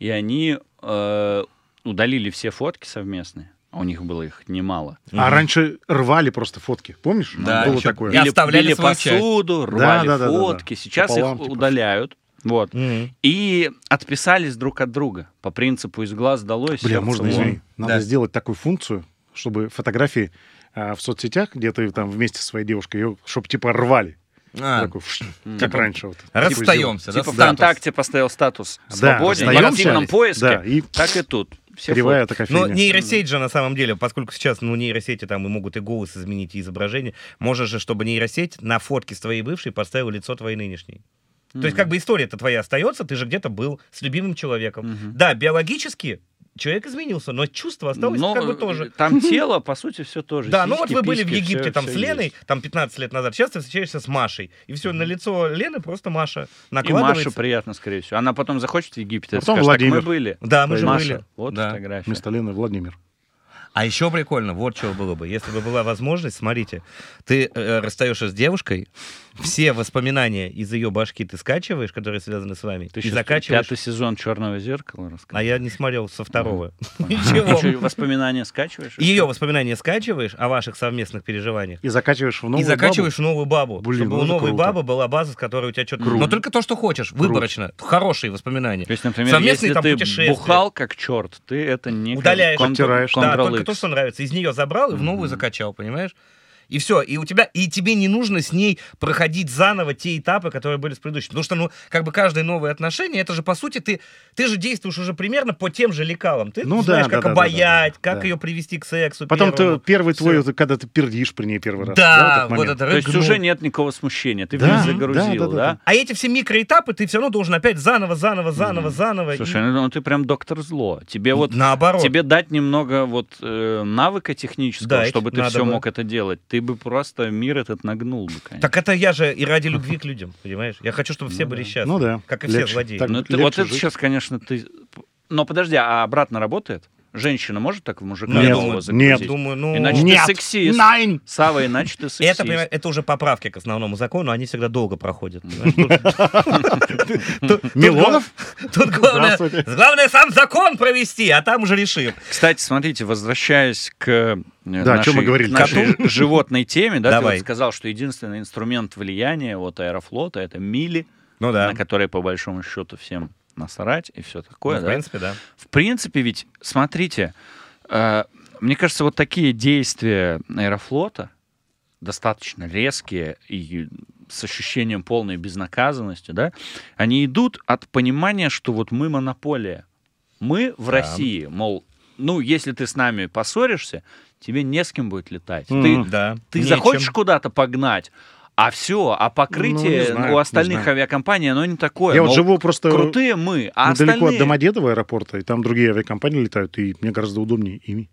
Speaker 6: и они э, удалили все фотки совместные. А У них было их немало.
Speaker 5: А раньше рвали просто фотки, помнишь?
Speaker 2: Да,
Speaker 5: было
Speaker 2: ещё
Speaker 5: такое.
Speaker 2: И оставляли
Speaker 6: били
Speaker 2: свою часть.
Speaker 6: посуду, рвали
Speaker 5: да, да, да, да.
Speaker 6: фотки. Сейчас
Speaker 5: Пополам,
Speaker 6: их
Speaker 5: типа.
Speaker 6: удаляют. Вот.
Speaker 2: Мгм.
Speaker 6: И отписались друг от друга по принципу из глаз долой.
Speaker 5: Бля,
Speaker 6: сердца
Speaker 5: можно,
Speaker 6: вон.
Speaker 5: извини, надо
Speaker 2: Да.
Speaker 5: сделать такую функцию чтобы фотографии а, в соцсетях, где ты там вместе со своей девушкой, ее, чтобы типа рвали.
Speaker 4: А,
Speaker 5: Такой, фш, как раньше. Вот, Типа сделали.
Speaker 4: Расстаемся, да?
Speaker 6: Типа
Speaker 4: статус.
Speaker 6: ВКонтакте поставил статус
Speaker 5: Да,
Speaker 6: свободен, в
Speaker 5: расстаемся.
Speaker 6: активном поиске,
Speaker 5: Да, и
Speaker 6: так и тут. Все
Speaker 5: кривая такая
Speaker 2: Ну,
Speaker 5: фигня.
Speaker 2: нейросеть же, на самом деле, поскольку сейчас, ну, нейросети там и могут и голос изменить, и изображение, можно же, чтобы нейросеть на фотке с твоей бывшей поставила лицо твоей нынешней. То есть, как бы история-то твоя остается, ты же где-то был с любимым человеком.
Speaker 6: Мгм.
Speaker 2: Да, биологически человек изменился, но чувство осталось
Speaker 6: Но,
Speaker 2: как бы
Speaker 6: э,
Speaker 2: тоже.
Speaker 6: Там тело, по сути, все тоже.
Speaker 2: Да, ну вот
Speaker 6: Сиськи,
Speaker 2: вы были в
Speaker 6: письки,
Speaker 2: Египте
Speaker 6: всё-
Speaker 2: там
Speaker 6: всё
Speaker 2: с Леной,
Speaker 6: есть.
Speaker 2: там 15 лет назад, сейчас ты встречаешься с Машей. И все, на лицо Лены просто Маша
Speaker 6: И Маше
Speaker 2: накладывается.
Speaker 6: приятно, скорее всего. Она потом захочет в Египте.
Speaker 5: Потом
Speaker 6: скажет, Так мы
Speaker 5: Владимир.
Speaker 6: были.
Speaker 2: Да, мы же
Speaker 6: Маша,
Speaker 2: были.
Speaker 6: вот
Speaker 4: Да.
Speaker 6: фотография.
Speaker 5: Вместо Лены Владимир.
Speaker 4: А еще прикольно, вот
Speaker 2: Вот что было бы, если бы была возможность, смотрите, ты э, расстаешься с девушкой, все воспоминания из ее башки ты скачиваешь, которые связаны с вами,
Speaker 6: Ты
Speaker 2: и
Speaker 6: щас
Speaker 2: закачиваешь.
Speaker 6: Пятый сезон Черного зеркала
Speaker 2: А
Speaker 6: рассказываешь.
Speaker 2: я не смотрел со второго.
Speaker 6: Еще
Speaker 2: <laughs> Ничего.
Speaker 6: воспоминания скачиваешь?
Speaker 2: Ее воспоминания скачиваешь о ваших совместных переживаниях
Speaker 5: И закачиваешь в новую
Speaker 2: и закачиваешь новую бабу,
Speaker 5: Блин,
Speaker 2: чтобы
Speaker 5: ну
Speaker 2: у
Speaker 5: это
Speaker 2: новой
Speaker 5: круто.
Speaker 2: бабы была база, с которой у тебя четко.
Speaker 4: Но только то, что хочешь, выборочно. Хорошие воспоминания.
Speaker 6: То есть, например,
Speaker 2: Совместные
Speaker 6: если
Speaker 2: там
Speaker 6: ты
Speaker 2: путешествия.
Speaker 6: бухал как черт, ты это не кон-
Speaker 2: Удаляешь.
Speaker 6: кон-
Speaker 5: Оттираешь.
Speaker 2: Да,
Speaker 6: Ctrl-X.
Speaker 2: только то, что нравится. Из нее забрал и в новую
Speaker 6: Мгм.
Speaker 2: закачал, понимаешь? И все, и у тебя, и тебе не нужно с ней проходить заново те этапы, которые были с предыдущим. Потому что, ну, как бы каждое новое отношение, это же, по сути, ты, ты же действуешь уже примерно по тем же лекалам. Ты
Speaker 5: Ну да,
Speaker 2: знаешь,
Speaker 5: да,
Speaker 2: как
Speaker 5: да, да, да,
Speaker 2: обаять,
Speaker 5: да.
Speaker 2: как
Speaker 5: Да.
Speaker 2: ее привести к сексу.
Speaker 5: Потом
Speaker 2: первому.
Speaker 5: ты первый
Speaker 2: Всё.
Speaker 5: твой, вот, когда ты пердишь при ней первый раз.
Speaker 2: Да,
Speaker 5: этот
Speaker 2: вот
Speaker 5: момент.
Speaker 2: это
Speaker 6: То есть
Speaker 2: рыгнул.
Speaker 6: уже нет никакого смущения. Ты
Speaker 5: Да,
Speaker 6: весь
Speaker 5: да,
Speaker 6: загрузил,
Speaker 5: да, да,
Speaker 6: да?
Speaker 5: да.
Speaker 2: А эти все микроэтапы ты все равно должен опять заново, заново, заново, заново. и-
Speaker 6: Слушай, ну ты прям доктор зло. Тебе вот
Speaker 2: наоборот.
Speaker 6: Тебе дать немного вот э, навыка технического,
Speaker 2: Дать
Speaker 6: чтобы ты
Speaker 2: надо
Speaker 6: все
Speaker 2: бы.
Speaker 6: мог это делать. Ты бы просто мир этот нагнул бы, конечно.
Speaker 2: Так это я же и ради любви к людям, понимаешь? Я хочу, чтобы все были счастливы.
Speaker 5: Ну да.
Speaker 2: Как и все
Speaker 5: Легче.
Speaker 2: злодеи.
Speaker 5: Так
Speaker 6: Ну, это-
Speaker 5: легче
Speaker 6: вот это
Speaker 5: жить.
Speaker 6: сейчас, конечно, ты... Но подожди, а обратно работает? Женщина может так в мужика
Speaker 5: Нет,
Speaker 6: злого
Speaker 5: нет.
Speaker 6: загрузить?
Speaker 2: Думаю, ну...
Speaker 6: Иначе
Speaker 5: Нет.
Speaker 6: ты сексист.
Speaker 5: Nein!
Speaker 6: Сава, иначе ты сексист.
Speaker 2: Это, понимаешь, это уже поправки к основному закону, они всегда
Speaker 5: <laughs>
Speaker 2: долго проходят. понимаешь? Тут- тут-
Speaker 5: Милонов?
Speaker 2: Тут главное,
Speaker 5: Здравствуйте.
Speaker 2: главное сам закон провести, а там уже решим.
Speaker 6: Кстати, смотрите, возвращаясь к э,
Speaker 5: о чём мы говорили.
Speaker 6: нашей ж- животной теме, да,
Speaker 2: Давай.
Speaker 6: ты вот сказал, что единственный инструмент влияния вот аэрофлота это мили,
Speaker 2: Ну
Speaker 6: на которые по большому счету всем насрать и все такое,
Speaker 2: Ну, В
Speaker 6: да?
Speaker 2: принципе, да.
Speaker 6: В принципе, ведь, смотрите, э, мне кажется, вот такие действия Аэрофлота достаточно резкие и с ощущением полной безнаказанности, да, они идут от понимания, что вот мы монополия. Мы в России, мол, ну, если ты с нами поссоришься, тебе не с кем будет летать. Ты
Speaker 5: Мгм.
Speaker 2: Да.
Speaker 6: ты
Speaker 2: Нечем.
Speaker 6: захочешь куда-то погнать, а все, а
Speaker 5: Ну, не
Speaker 6: покрытие
Speaker 5: знаю,
Speaker 6: у
Speaker 5: не
Speaker 6: остальных
Speaker 5: знаю.
Speaker 6: авиакомпаний, оно не такое.
Speaker 5: Я вот
Speaker 6: Мол,
Speaker 5: живу просто
Speaker 6: крутые мы, а
Speaker 5: недалеко от
Speaker 6: остальные...
Speaker 5: Домодедова аэропорта, и там другие авиакомпании летают, и мне гораздо удобнее ими.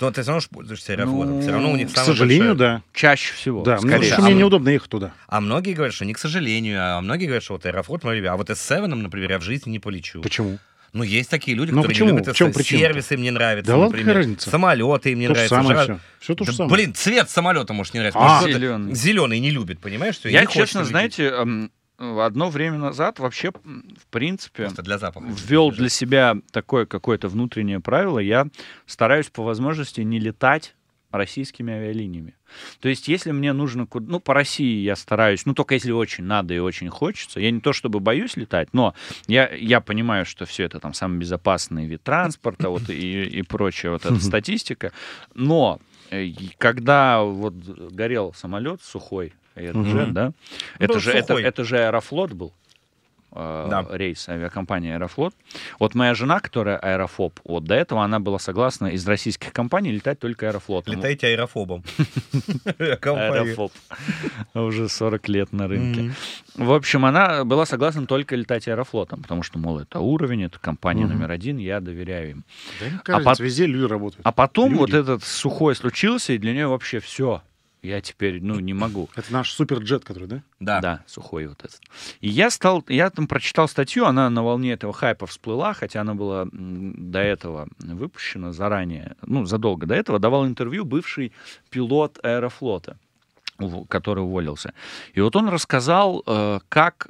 Speaker 2: Но Ну, ты все равно ж пользуешься аэрофлотом.
Speaker 6: Ну,
Speaker 2: Все равно у них
Speaker 5: К
Speaker 2: самое
Speaker 5: сожалению,
Speaker 2: большое.
Speaker 5: да.
Speaker 6: Чаще всего.
Speaker 5: Да, мне,
Speaker 6: скорее.
Speaker 5: потому что
Speaker 4: А
Speaker 5: мне
Speaker 4: мы-
Speaker 5: неудобно ехать туда.
Speaker 2: А многие говорят, что не к сожалению, а многие говорят, что вот аэрофлот, мой любимый, а вот с Севеном, например, я в жизни не полечу.
Speaker 5: Почему?
Speaker 2: Ну, есть такие люди,
Speaker 5: Ну,
Speaker 2: которые
Speaker 5: почему?
Speaker 2: не любят
Speaker 5: В чем
Speaker 2: S7.
Speaker 5: причина-то?
Speaker 2: Сервисы им не нравятся,
Speaker 5: Да ладно,
Speaker 2: например.
Speaker 5: какая разница?
Speaker 2: Самолеты им не
Speaker 5: то же
Speaker 2: нравятся.
Speaker 5: самое
Speaker 2: жара-
Speaker 5: все. Все то же
Speaker 2: Да,
Speaker 5: самое.
Speaker 2: Блин, цвет самолета может не нравиться.
Speaker 5: А,
Speaker 2: Может, кто-то
Speaker 6: зелёный.
Speaker 2: Зеленый не любит, понимаешь? Всё, и
Speaker 6: Я,
Speaker 2: не хочет
Speaker 6: а честно,
Speaker 2: лететь.
Speaker 6: знаете, эм, одно время назад вообще, м, в принципе,
Speaker 2: Просто для запаха.
Speaker 6: ввел для себя такое какое-то внутреннее правило. Я стараюсь по возможности не летать российскими авиалиниями. То есть, если мне нужно... куд- Ну, по России я стараюсь, ну, только если очень надо и очень хочется. Я не то чтобы боюсь летать, но я, я понимаю, что все это там самый безопасный вид транспорта вот, и, и прочая вот эта статистика. Но э, и когда вот горел самолет сухой, Airjet,
Speaker 5: Мгм.
Speaker 6: да, это
Speaker 2: Ну,
Speaker 6: же, это,
Speaker 2: сухой.
Speaker 6: это же Аэрофлот был, э,
Speaker 2: Да.
Speaker 6: рейс авиакомпании Аэрофлот. Вот моя жена, которая аэрофоб, вот до этого она была согласна из российских компаний летать только аэрофлотом.
Speaker 5: <laughs>
Speaker 2: Летайте аэрофобом. Компания.
Speaker 6: Аэрофоб. Уже 40 лет на рынке.
Speaker 2: Мгм.
Speaker 6: В общем, она была согласна только летать аэрофлотом, потому что, мол, это уровень, это компания
Speaker 5: Мгм.
Speaker 6: номер один, я доверяю им.
Speaker 5: Да, мне
Speaker 6: А
Speaker 5: кажется,
Speaker 6: пот-
Speaker 5: везде люди работают.
Speaker 6: А потом
Speaker 5: Люди.
Speaker 6: вот этот сухой случился, и для нее вообще все. Я теперь, ну, не могу.
Speaker 5: Это наш суперджет, который, да?
Speaker 4: Да.
Speaker 6: Да, сухой вот этот. И я стал, я там прочитал статью, она на волне этого хайпа всплыла, хотя она была м, до этого выпущена заранее, ну, задолго до этого, давал интервью бывший пилот аэрофлота ув- который уволился. И вот он рассказал, э, как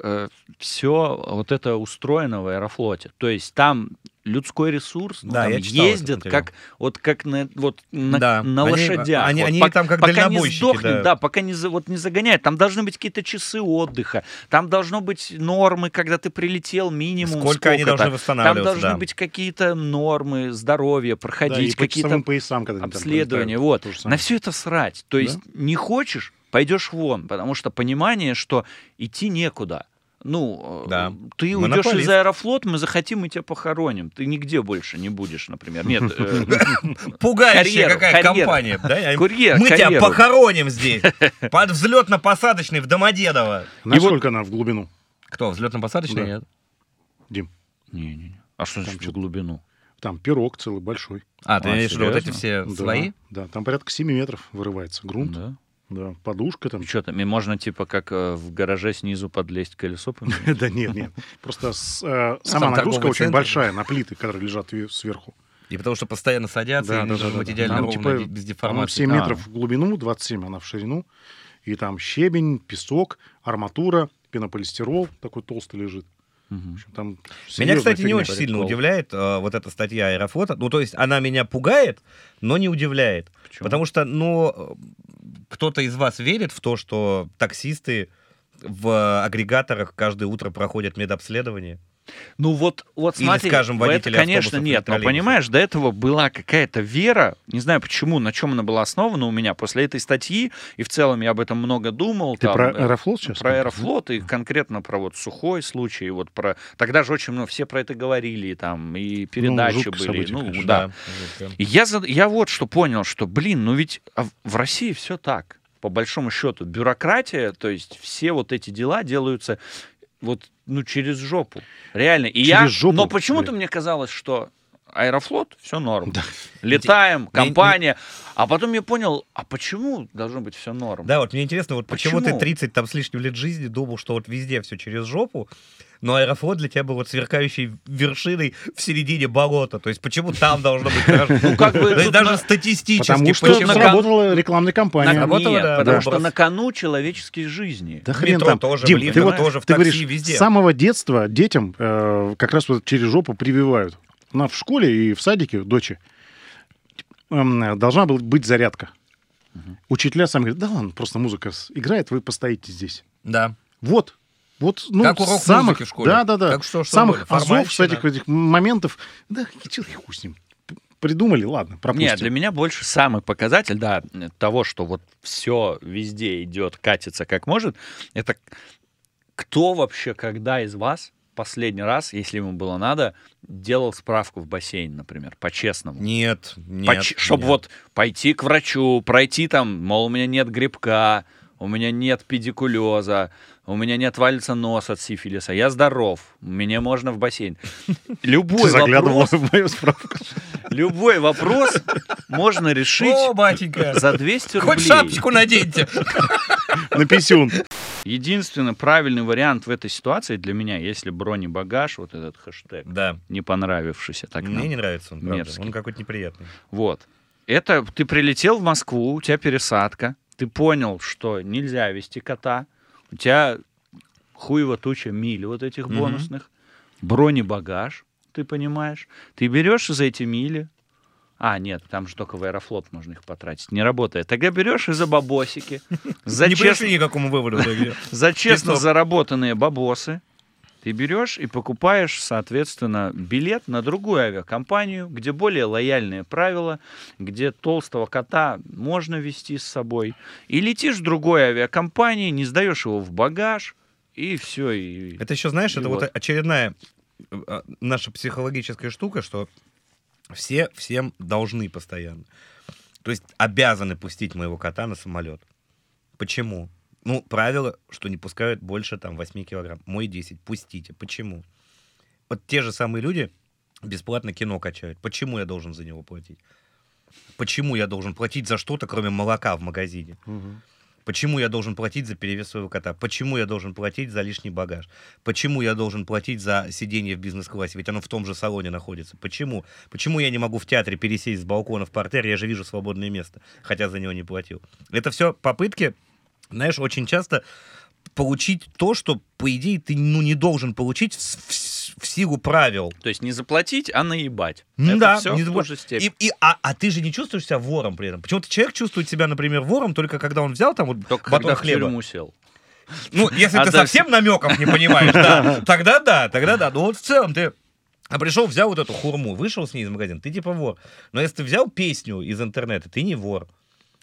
Speaker 6: все вот это устроено в аэрофлоте. То есть там людской ресурс, ну,
Speaker 2: Да,
Speaker 6: там
Speaker 2: я читал этот
Speaker 6: ездят
Speaker 2: материал.
Speaker 6: как вот как на вот на,
Speaker 2: Да,
Speaker 6: на
Speaker 2: они-
Speaker 6: лошадях,
Speaker 2: они-
Speaker 6: вот,
Speaker 2: они
Speaker 6: пок-
Speaker 2: там как
Speaker 6: пока не
Speaker 2: дальнобойщики,
Speaker 6: сдохнет,
Speaker 2: да.
Speaker 6: да. пока не за- вот не загоняет, там должны быть какие-то часы отдыха, там должно быть нормы, когда ты прилетел минимум,
Speaker 2: Сколько они
Speaker 6: сколько-то.
Speaker 2: должны
Speaker 6: там
Speaker 2: восстанавливаться,
Speaker 6: должны
Speaker 2: да.
Speaker 6: быть какие-то нормы здоровья,
Speaker 5: Да, и
Speaker 6: проходить
Speaker 5: по
Speaker 6: какие-то
Speaker 5: часовым поясам, когда они там
Speaker 6: обследование,
Speaker 5: пролетают,
Speaker 6: вот.
Speaker 5: то же самое.
Speaker 6: На все это срать. То есть не хочешь, пойдешь вон, потому что понимание, что идти некуда. Ну, э,
Speaker 2: Да.
Speaker 6: ты уйдешь
Speaker 2: Монополист.
Speaker 6: из Аэрофлот, мы захотим, мы тебя похороним. Ты нигде больше не будешь, например. Нет, э,
Speaker 2: <laughs> Пугающая
Speaker 6: Карьеру,
Speaker 2: какая
Speaker 6: карьеру.
Speaker 2: компания. да, я им-
Speaker 6: Курьер,
Speaker 2: Мы тебя
Speaker 6: карьеру.
Speaker 2: похороним
Speaker 4: <laughs>
Speaker 2: здесь. Под взлетно-посадочный в Домодедово.
Speaker 5: Знаешь, сколько она в глубину?
Speaker 4: Кто, взлетно-посадочный?
Speaker 5: Да.
Speaker 4: Нет.
Speaker 5: Дим,
Speaker 6: Не-не-не. А что значит в
Speaker 5: что-то-
Speaker 6: глубину?
Speaker 5: там пирог целый большой.
Speaker 4: А, ты
Speaker 6: А,
Speaker 4: имеешь в виду вот эти
Speaker 6: серьезно?
Speaker 4: все
Speaker 5: Да,
Speaker 4: слои?
Speaker 5: Да, там порядка 7 метров вырывается грунт. Да.
Speaker 6: Да.
Speaker 5: подушка там.
Speaker 6: Что Ну, там, и можно типа как э, в гараже снизу подлезть колесо?
Speaker 5: <laughs>
Speaker 6: поменять?
Speaker 5: Да нет, нет. Просто с, э, сама
Speaker 4: Сам
Speaker 5: нагрузка
Speaker 4: торговый
Speaker 5: очень
Speaker 4: центр.
Speaker 5: большая на плиты, которые лежат ве- сверху.
Speaker 4: И потому что постоянно садятся,
Speaker 5: Да,
Speaker 4: и они
Speaker 5: да,
Speaker 4: должны
Speaker 5: да,
Speaker 4: быть
Speaker 5: да.
Speaker 4: идеально
Speaker 5: Там,
Speaker 4: ровно,
Speaker 5: типа,
Speaker 4: де- без
Speaker 5: Там
Speaker 4: деформации.
Speaker 5: 7
Speaker 6: А.
Speaker 5: метров в глубину, 27 она в ширину. И там щебень, песок, арматура, пенополистирол такой толстый лежит. В
Speaker 6: Мгм.
Speaker 5: общем, там
Speaker 2: Меня,
Speaker 5: серьезная
Speaker 2: кстати, не
Speaker 5: фигня.
Speaker 2: очень сильно удивляет э, вот эта статья Аэрофлота. Ну, то есть она меня пугает, но не удивляет.
Speaker 6: Почему?
Speaker 2: Потому что, ну, э, кто-то из вас верит в то, что таксисты в э, агрегаторах каждое утро проходят медобследование.
Speaker 6: Ну вот, вот
Speaker 2: Или,
Speaker 6: смотри,
Speaker 2: скажем,
Speaker 6: в это,
Speaker 2: водители
Speaker 6: конечно,
Speaker 2: автобусов или
Speaker 6: нет. Но
Speaker 2: троллейбусов.
Speaker 6: понимаешь, до этого была какая-то вера, не знаю почему, на чем она была основана у меня после этой статьи, и в целом я об этом много думал.
Speaker 5: Ты
Speaker 6: там,
Speaker 5: про
Speaker 6: э,
Speaker 5: Аэрофлот сейчас?
Speaker 6: про Аэрофлот и конкретно про вот сухой случай, вот про тогда же очень много все про это говорили там и передачи
Speaker 5: Ну, жуткое
Speaker 6: были,
Speaker 5: событие,
Speaker 6: ну
Speaker 5: конечно.
Speaker 6: да.
Speaker 2: Да.
Speaker 6: И я зад- я вот что понял, что блин, ну ведь а в- в России все так по большому счету бюрократия, то есть все вот эти дела делаются вот ну через жопу реально. И я,
Speaker 5: Через жопу,
Speaker 6: но почему-то
Speaker 5: блин.
Speaker 6: мне казалось, что Аэрофлот, все норм.
Speaker 5: Да.
Speaker 6: Летаем,
Speaker 2: Мне-
Speaker 6: компания. А потом я понял, а почему должно быть все норм?
Speaker 2: Да, вот мне интересно, вот почему,
Speaker 6: Почему?
Speaker 2: ты 30 там с лишним лет жизни думал, что вот везде все через жопу, но аэрофлот для тебя был вот сверкающей вершиной в середине болота. То есть почему там должно быть хорошо?
Speaker 6: Ну, как бы
Speaker 2: То есть
Speaker 6: тут
Speaker 2: даже
Speaker 6: на-
Speaker 2: статистически.
Speaker 5: Потому что
Speaker 2: почему?
Speaker 6: на-
Speaker 5: сработала рекламная
Speaker 6: На-
Speaker 5: кампания.
Speaker 2: Понятно.
Speaker 6: нет,
Speaker 2: Работало, да,
Speaker 6: потому
Speaker 5: да.
Speaker 6: что на кону человеческие жизни.
Speaker 5: Да
Speaker 2: В
Speaker 5: хрен
Speaker 2: метро
Speaker 5: там.
Speaker 2: тоже,
Speaker 5: Дим,
Speaker 2: в лифте
Speaker 5: ты вот,
Speaker 2: тоже, в
Speaker 5: ты
Speaker 2: такси,
Speaker 5: говоришь,
Speaker 2: везде.
Speaker 5: с самого детства детям э, как раз вот через жопу прививают. Она в школе и в садике, дочи, эм, должна была быть зарядка. Учителя сами говорят, да ладно, просто музыка с- играет, вы постоите здесь.
Speaker 4: Да.
Speaker 5: Вот. Вот, ну,
Speaker 4: Как урок
Speaker 5: самых,
Speaker 4: музыки в школе.
Speaker 5: Да, да, да.
Speaker 4: Как что- что
Speaker 5: самых
Speaker 4: угодно.
Speaker 5: азов, с
Speaker 4: Формальщина.
Speaker 5: этих, этих моментов. Да, чё ты хуй с ним. П- Придумали, ладно, пропустим.
Speaker 6: Нет, для меня больше самый показатель, да, того, что вот все везде идет, катится как может, это кто вообще, когда из вас последний раз, если ему было надо, делал справку в бассейн, например, по-честному?
Speaker 2: Нет, нет.
Speaker 6: чтобы
Speaker 2: нет.
Speaker 6: вот пойти к врачу, пройти там, мол, у меня нет грибка, у меня нет педикулеза, у меня не отвалится нос от сифилиса, я здоров, мне можно
Speaker 2: <laughs>
Speaker 6: в бассейн.
Speaker 5: Ты
Speaker 6: Любой
Speaker 5: заглядывала
Speaker 6: вопрос,
Speaker 5: в мою справку.
Speaker 6: любой вопрос можно решить
Speaker 4: О, батенька!
Speaker 6: <laughs> за 200
Speaker 4: Хоть
Speaker 6: рублей.
Speaker 4: шапочку наденьте.
Speaker 5: На писюн.
Speaker 6: Единственный правильный вариант в этой ситуации для меня, если бронебагаж, вот этот хэштег,
Speaker 2: Да.
Speaker 6: не понравившийся так
Speaker 2: Мне
Speaker 6: нам,
Speaker 2: не нравится он, правда.
Speaker 6: мерзкий.
Speaker 2: Он какой-то неприятный.
Speaker 6: Вот. Это ты прилетел в Москву, у тебя пересадка, ты понял, что нельзя вести кота, у тебя хуево туча миль вот этих
Speaker 2: Мгм.
Speaker 6: бонусных, бронебагаж, ты понимаешь. Ты берешь за эти мили, а, нет, там же только в Аэрофлот можно их потратить, не работает. Тогда берешь и за бабосики, за
Speaker 2: не
Speaker 6: честно-
Speaker 2: пришли ни к какому выводу. да, где-
Speaker 6: за честно
Speaker 2: Песок.
Speaker 6: заработанные бабосы ты берешь и покупаешь, соответственно, билет на другую авиакомпанию, где более лояльные правила, где толстого кота можно вести с собой. И летишь в другой авиакомпании, не сдаешь его в багаж, и все. И...
Speaker 2: Это еще, знаешь,
Speaker 6: И
Speaker 2: это вот.
Speaker 6: вот.
Speaker 2: очередная э, э, наша психологическая штука, что все всем должны постоянно. То есть обязаны пустить моего кота на самолет. Почему? Ну, правило, что не пускают больше там 8 килограмм. Мой 10. Пустите. Почему? Вот те же самые люди бесплатно кино качают. Почему я должен за него платить? Почему я должен платить за что-то, кроме молока в магазине? Почему я должен платить за перевес своего кота? Почему я должен платить за лишний багаж? Почему я должен платить за сидение в бизнес-классе? Ведь оно в том же салоне находится. Почему? Почему я не могу в театре пересесть с балкона в портер? Я же вижу свободное место, хотя за него не платил. Это все попытки, знаешь, очень часто получить то, что, по идее, ты ну, не должен получить в, с- в с- в силу правил.
Speaker 6: То есть не заплатить, а наебать.
Speaker 2: М,
Speaker 6: Это
Speaker 2: да,
Speaker 6: все
Speaker 2: не
Speaker 6: в
Speaker 2: забо-
Speaker 6: ту же степень.
Speaker 2: И, и- а, а ты же не чувствуешь себя вором при этом. Почему-то человек чувствует себя, например, вором только когда он взял там вот
Speaker 6: Только
Speaker 2: батон
Speaker 6: когда в
Speaker 2: хлеба.
Speaker 6: тюрьму сел.
Speaker 2: Ну, если
Speaker 6: А
Speaker 2: ты
Speaker 6: дальше-
Speaker 2: совсем намеков не понимаешь, да, тогда да, тогда да. Но вот в целом ты а пришел, взял вот эту хурму, вышел с ней из магазина, ты типа вор. Но если ты взял песню из интернета, ты не вор.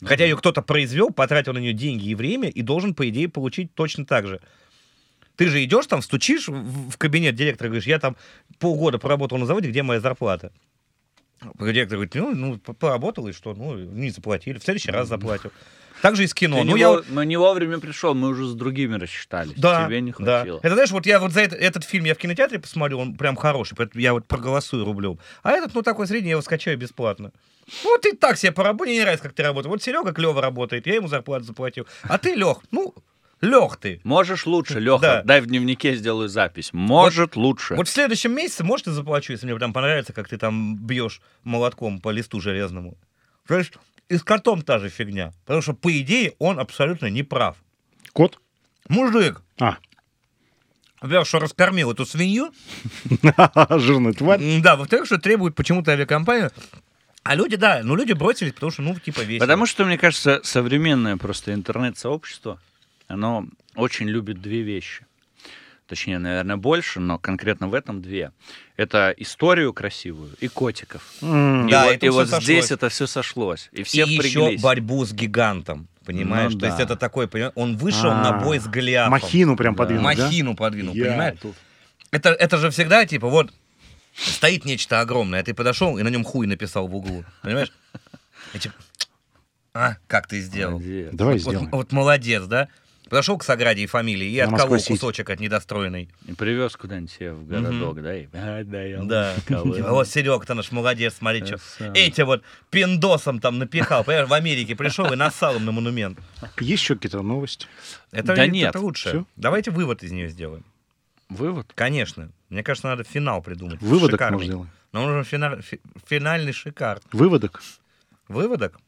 Speaker 2: Хотя ее кто-то произвел, потратил на нее деньги и время, и должен, по идее, получить точно так же. Ты же идешь там, стучишь в в кабинет директора, говоришь, я там полгода поработал на заводе, где моя зарплата? Директор говорит, ну, ну, по- поработал, и что? Ну, не заплатили, в следующий раз заплатил. Так же и с кино.
Speaker 6: Ты
Speaker 2: Ну,
Speaker 6: не
Speaker 2: я
Speaker 6: во-
Speaker 2: вот-
Speaker 6: Мы не вовремя пришел, мы уже с другими рассчитались.
Speaker 2: да,
Speaker 6: Тебе не
Speaker 2: да.
Speaker 6: хватило.
Speaker 2: Это знаешь, вот я вот за этот, этот фильм я в кинотеатре посмотрел, он прям хороший, поэтому я вот проголосую рублем. А этот, ну такой средний, я его скачаю бесплатно. Вот ты так себе поработал, мне не нравится, как ты работаешь. Вот Серега клево работает, я ему зарплату заплатил. А ты Лех, ну, Лех ты.
Speaker 6: Можешь лучше, Леха,
Speaker 2: Да.
Speaker 6: дай в дневнике сделаю запись. Может лучше.
Speaker 2: Вот в следующем месяце, может, я заплачу, если мне прям понравится, как ты там бьешь молотком по листу железному. То есть и с котом та же фигня. Потому что, по идее, он абсолютно не прав.
Speaker 5: Кот?
Speaker 2: Мужик,
Speaker 5: А, <laughs>
Speaker 2: во-первых, что раскормил эту свинью,
Speaker 5: жирная тварь.
Speaker 2: М, Да, во-вторых, что требует почему-то авиакомпания. А люди, да, ну люди бросились, потому что, ну, типа весело.
Speaker 6: Потому что, мне кажется, современное просто интернет-сообщество, оно очень любит две вещи. Точнее, наверное, больше, но конкретно в этом две. Это историю красивую и котиков.
Speaker 5: М,
Speaker 6: И
Speaker 2: Да,
Speaker 6: вот,
Speaker 2: это
Speaker 6: и
Speaker 2: всё
Speaker 6: вот
Speaker 2: сошлось.
Speaker 6: здесь это все сошлось. И все
Speaker 2: и еще
Speaker 6: впряглись.
Speaker 2: борьбу с гигантом, понимаешь?
Speaker 6: Ну
Speaker 2: То есть
Speaker 6: да.
Speaker 2: это такой, понимаешь, он вышел
Speaker 5: А,
Speaker 2: на бой с Голиафом.
Speaker 5: Махину прям подвинуть, да?
Speaker 2: Махину подвинул,
Speaker 5: Я
Speaker 2: понимаешь?
Speaker 5: тут.
Speaker 2: Это, это же всегда, типа, вот, стоит нечто огромное, а ты подошел и на нем хуй написал в углу, понимаешь? И типа, а, как ты сделал?
Speaker 6: Молодец.
Speaker 5: Давай
Speaker 2: Вот,
Speaker 5: сделаем.
Speaker 2: вот молодец, да? Подошел к Саграде и фамилии и
Speaker 5: На
Speaker 2: отколол
Speaker 5: Москву-Сити.
Speaker 2: кусочек от недостроенной.
Speaker 6: И привез куда-нибудь себе в городок, да? И, «А, да, Э, я
Speaker 2: Да. <laughs>
Speaker 6: ласковый».
Speaker 2: Типа, вот Серега-то наш молодец, смотри, что.
Speaker 6: Это самое.
Speaker 2: Эти вот пиндосом там напихал. Понимаешь, в Америке пришел и нассал им на монумент.
Speaker 5: Есть еще какие-то новости?
Speaker 2: Это,
Speaker 6: Да
Speaker 2: это
Speaker 6: нет,
Speaker 2: лучше.
Speaker 5: всё.
Speaker 2: Давайте вывод из нее сделаем.
Speaker 6: Вывод?
Speaker 2: Конечно. Мне кажется, надо финал придумать.
Speaker 5: Выводок
Speaker 2: Шикарный.
Speaker 5: мы сделаем.
Speaker 2: Нам нужен фина- фи- финальный шикар.
Speaker 5: Выводок
Speaker 2: Выводок?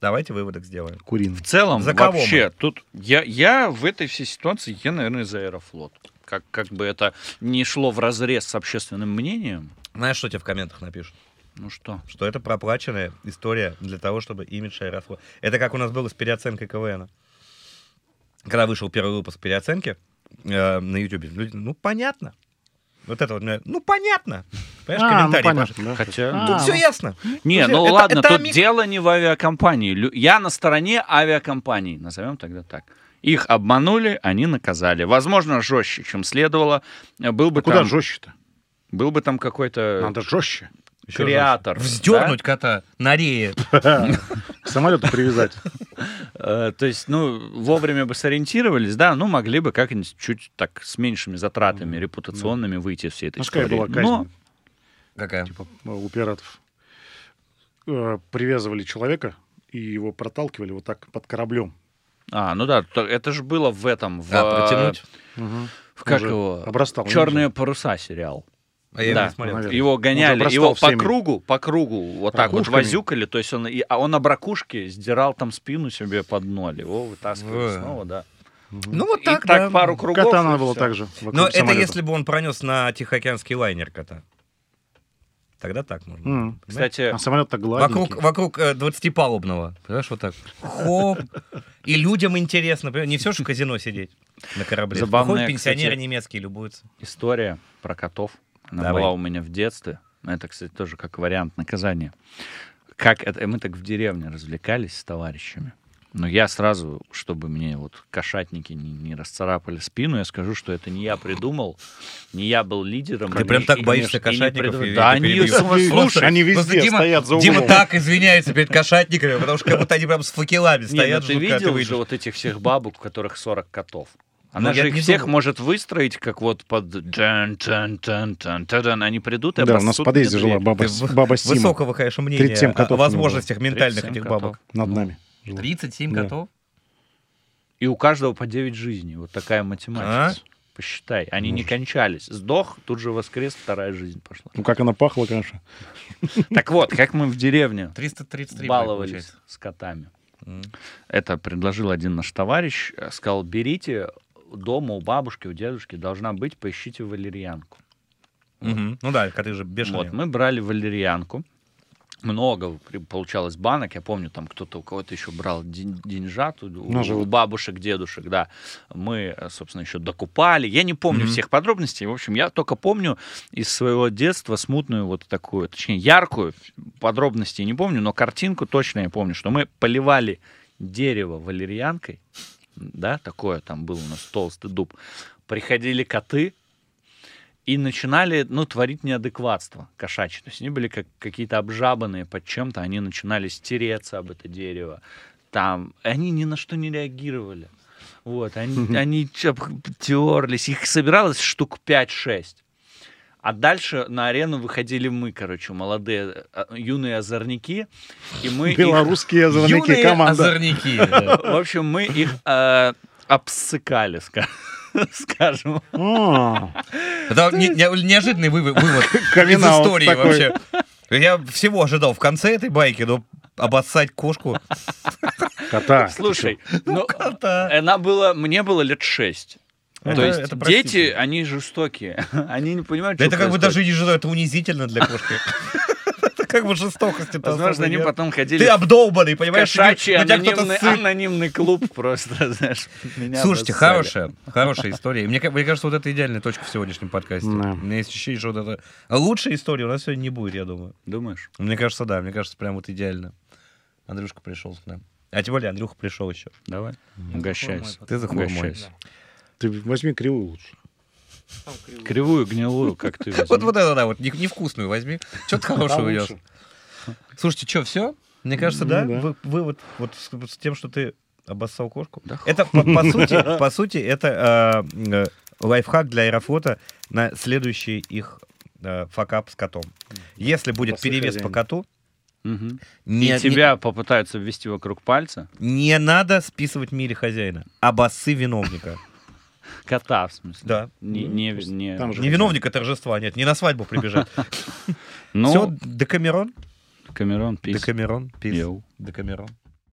Speaker 2: Давайте выводок сделаем.
Speaker 5: куриный.
Speaker 6: В целом,
Speaker 2: За кого
Speaker 6: вообще, тут я, я в этой всей ситуации, я, наверное, за Аэрофлот. Как, как бы это не шло в разрез с общественным мнением,
Speaker 2: Знаешь, что тебе в комментах напишут?
Speaker 6: ну что?
Speaker 2: Что это проплаченная история для того, чтобы имидж Аэрофлота. Это как у нас было с переоценкой КВН. Когда вышел первый выпуск переоценки э, на Ютубе, люди, ну, понятно. Вот это вот, мне, ну, понятно. Понимаешь,
Speaker 5: А, ну
Speaker 2: комментарии
Speaker 5: понятно,
Speaker 2: пошли.
Speaker 5: да.
Speaker 6: Хотя...
Speaker 5: А,
Speaker 2: Тут
Speaker 5: ну.
Speaker 2: все ясно.
Speaker 6: Не,
Speaker 2: Слушай,
Speaker 6: ну
Speaker 2: это-
Speaker 6: ладно,
Speaker 2: это
Speaker 6: тут
Speaker 2: ми-
Speaker 6: дело не в авиакомпании. Лю- Я на стороне авиакомпаний, назовем тогда так. Их обманули, они наказали. Возможно, жестче, чем следовало. Э, Был
Speaker 2: А
Speaker 6: бы,
Speaker 5: а Куда
Speaker 6: там, э,
Speaker 5: жестче-то?
Speaker 6: был бы там какой-то
Speaker 5: Надо жестче. <laughs>
Speaker 2: Ещё
Speaker 6: креатор.
Speaker 2: раз. Вздернуть кота на рее.
Speaker 5: К самолету привязать.
Speaker 6: Э, То есть, ну, вовремя бы сориентировались, да, ну, могли бы как-нибудь чуть так с меньшими затратами репутационными выйти из
Speaker 2: Ну,
Speaker 6: всей этой
Speaker 5: Пускай
Speaker 6: истории.
Speaker 5: Ну, была
Speaker 6: Но
Speaker 5: казнь
Speaker 2: Какая?
Speaker 5: типа, у пиратов. Э, Привязывали человека и его проталкивали вот так под кораблем.
Speaker 6: А, ну да, то- это же было в этом, в...
Speaker 2: А, протянуть?
Speaker 6: в как
Speaker 5: Уже
Speaker 6: его?
Speaker 5: обрастал, не
Speaker 6: «Черные паруса» сериал.
Speaker 2: А я
Speaker 6: да.
Speaker 2: не смотрел.
Speaker 5: Наверное.
Speaker 6: Его гоняли,
Speaker 5: обрастал
Speaker 6: его по
Speaker 5: всеми
Speaker 6: кругу, по кругу вот так вот
Speaker 5: ракушками.
Speaker 6: возюкали, то есть он, и, а он обракушки сдирал там спину себе под ноль, его вытаскивали
Speaker 2: Во.
Speaker 6: снова, да.
Speaker 2: Ну, вот
Speaker 6: И
Speaker 2: так,
Speaker 6: так,
Speaker 2: да.
Speaker 6: пару кругов.
Speaker 5: Кота
Speaker 6: и
Speaker 5: надо было
Speaker 6: всё.
Speaker 5: так же. вокруг
Speaker 2: Но это
Speaker 5: самолета.
Speaker 2: если бы он пронес на Тихоокеанский лайнер кота. Тогда так можно.
Speaker 5: Мгм.
Speaker 2: понимаешь?
Speaker 6: Кстати,
Speaker 5: А самолет так гладенький.
Speaker 2: Вокруг, вокруг э, 20-палубного. Понимаешь, вот так. Хоп. И людям интересно. понимаешь, Не все же в казино сидеть на корабле.
Speaker 6: Забавная,
Speaker 2: Выходят пенсионеры
Speaker 6: кстати,
Speaker 2: немецкие любуются.
Speaker 6: история про котов. Она
Speaker 2: Давай.
Speaker 6: была у меня в детстве. Это, кстати, тоже как вариант наказания. Как это, мы так в деревне развлекались с товарищами. Но я сразу, чтобы мне вот кошатники не, не расцарапали спину, я скажу, что это не я придумал, не я был лидером.
Speaker 2: Ты
Speaker 6: и-
Speaker 2: прям так
Speaker 6: и-
Speaker 2: боишься
Speaker 6: и не
Speaker 2: кошатников,
Speaker 6: придум-
Speaker 2: Евгений,
Speaker 6: Да,
Speaker 2: ты
Speaker 6: они,
Speaker 2: перебил.
Speaker 6: слушай,
Speaker 5: Просто они
Speaker 2: Просто
Speaker 5: везде
Speaker 2: ну, Дима,
Speaker 5: стоят за углом.
Speaker 2: Дима так извиняется перед кошатниками, потому что как будто они прям с факелами
Speaker 6: Не, ну
Speaker 2: <laughs> стоят.
Speaker 6: ты
Speaker 2: ждут, когда
Speaker 6: видел
Speaker 2: выйдешь.
Speaker 6: же вот этих всех бабок, у которых 40 котов? Она
Speaker 2: Ну, я
Speaker 6: же их
Speaker 2: не
Speaker 6: всех
Speaker 2: думал.
Speaker 6: может выстроить, как вот под... джан, джан, джан, джан, джан. Они придут и
Speaker 5: Да, у нас в
Speaker 6: обоссут
Speaker 5: подъезде
Speaker 6: мне
Speaker 5: жила
Speaker 6: дверь.
Speaker 5: баба,
Speaker 2: Ты в-
Speaker 5: баба Сима
Speaker 2: Высокого, конечно, мнения
Speaker 5: 37
Speaker 2: о
Speaker 5: котов у него
Speaker 2: возможностях ментальных
Speaker 6: 37
Speaker 2: этих
Speaker 6: котов.
Speaker 2: бабок.
Speaker 5: над нами.
Speaker 2: 37
Speaker 5: Да.
Speaker 2: котов?
Speaker 6: И у каждого по 9 жизней. Вот такая математика. Посчитай. Они не кончались. Сдох, тут же воскрес, вторая жизнь пошла. <laughs>
Speaker 5: Ну, как она пахла, конечно.
Speaker 6: Так вот, как мы в деревне
Speaker 2: 333
Speaker 6: баловались с котами. Это предложил один наш товарищ. э, Сказал, берите дома у бабушки, у дедушки должна быть, поищите валерьянку.
Speaker 2: Мгм. Ну да, коты же бешеные.
Speaker 6: Вот, мы брали валерьянку. Много при- получалось банок. Я помню, там кто-то у кого-то еще брал ден- деньжат, у, у
Speaker 5: Ну, же вот.
Speaker 6: бабушек, дедушек, да. Мы, э, собственно, еще докупали. Я не помню
Speaker 2: Мгм.
Speaker 6: всех подробностей. В общем, я только помню из своего детства смутную вот такую, точнее, яркую, подробностей не помню, но картинку точно я помню, что мы поливали дерево валерьянкой, да, такое там был у нас толстый дуб. Приходили коты, и начинали, ну, творить неадекватство кошачье. То есть они были как какие-то обжабанные под чем-то, они начинали стереться об это дерево. Там, они ни на что не реагировали. Вот, они, они чё- терлись, их собиралось штук 5-6. А дальше на арену выходили мы, короче, молодые, э, юные озорники, и мы их-
Speaker 5: Белорусские озорники,
Speaker 4: Юные
Speaker 5: команда. <laughs>
Speaker 4: озорники. да.
Speaker 6: в общем, мы их э, обсыкали, ска- <laughs> скажем.
Speaker 5: А,
Speaker 2: Это не- не- неожиданный вывод, вывод из
Speaker 5: камин-аут
Speaker 2: истории
Speaker 5: такой.
Speaker 2: вообще. Я всего ожидал в конце этой байки, но обоссать кошку.
Speaker 5: Кота.
Speaker 6: Слушай, ну,
Speaker 2: Кота.
Speaker 6: Она была, мне было лет шесть.
Speaker 2: Это-
Speaker 6: То есть
Speaker 2: это
Speaker 6: дети,
Speaker 2: простительно.
Speaker 6: они жестокие. <laughs> Они не понимают,
Speaker 2: Да
Speaker 6: что
Speaker 2: это как бы
Speaker 6: происходит.
Speaker 2: даже не жестко, это унизительно для кошки. <laughs> Это как бы жестокость. это
Speaker 6: Возможно,
Speaker 2: особо
Speaker 6: они
Speaker 2: нет.
Speaker 6: потом ходили
Speaker 2: Ты обдолбанный,
Speaker 6: в
Speaker 2: понимаешь?
Speaker 6: кошачий
Speaker 2: На тебя кто-то
Speaker 6: анонимный,
Speaker 2: сыт.
Speaker 6: анонимный клуб <laughs> просто, знаешь. меня
Speaker 2: Слушайте,
Speaker 6: обоссали.
Speaker 2: хорошая, хорошая история. Мне, ка- мне кажется, вот это идеальная точка в сегодняшнем подкасте.
Speaker 5: Да.
Speaker 2: У меня есть ощущение, что вот это лучшая история у нас сегодня не будет, я думаю.
Speaker 6: Думаешь?
Speaker 2: Мне кажется, да, мне кажется, прям вот идеально. Андрюшка пришел к нам. А тем более Андрюха пришел еще.
Speaker 6: Давай, угощайся.
Speaker 2: Ты за хурмой.
Speaker 6: Угощайся.
Speaker 5: Ты возьми кривую лучше.
Speaker 6: Кривую, гнилую, как
Speaker 2: <laughs>
Speaker 6: ты
Speaker 2: Вот,
Speaker 6: возьми.
Speaker 2: вот это, да, вот не- невкусную возьми. Что-то хорошее
Speaker 5: Получше.
Speaker 2: уйдешь. Слушайте, что, все? Мне кажется, да,
Speaker 5: да.
Speaker 2: вы- вывод вот с, с тем, что ты обоссал кошку.
Speaker 6: Да
Speaker 2: это, по, по сути, <laughs> по сути, это э, э, лайфхак для аэрофлота на следующий их э, факап с котом. Если будет
Speaker 5: Обоссать
Speaker 2: перевес по
Speaker 5: хозяина.
Speaker 2: коту,
Speaker 6: Мгм.
Speaker 2: не,
Speaker 6: И тебя попытаются ввести вокруг пальца.
Speaker 2: не, не надо списывать мире хозяина, а басы виновника.
Speaker 6: Кота, в смысле.
Speaker 2: Да.
Speaker 6: Не, не, не-
Speaker 5: Там же
Speaker 2: Не виновника торжества, нет, не на свадьбу прибежать.
Speaker 6: Ну,
Speaker 2: Все, Декамерон,
Speaker 6: Камерон, пиздец.
Speaker 2: Декамерон, пиз.
Speaker 6: Йоу.
Speaker 2: Декамерон.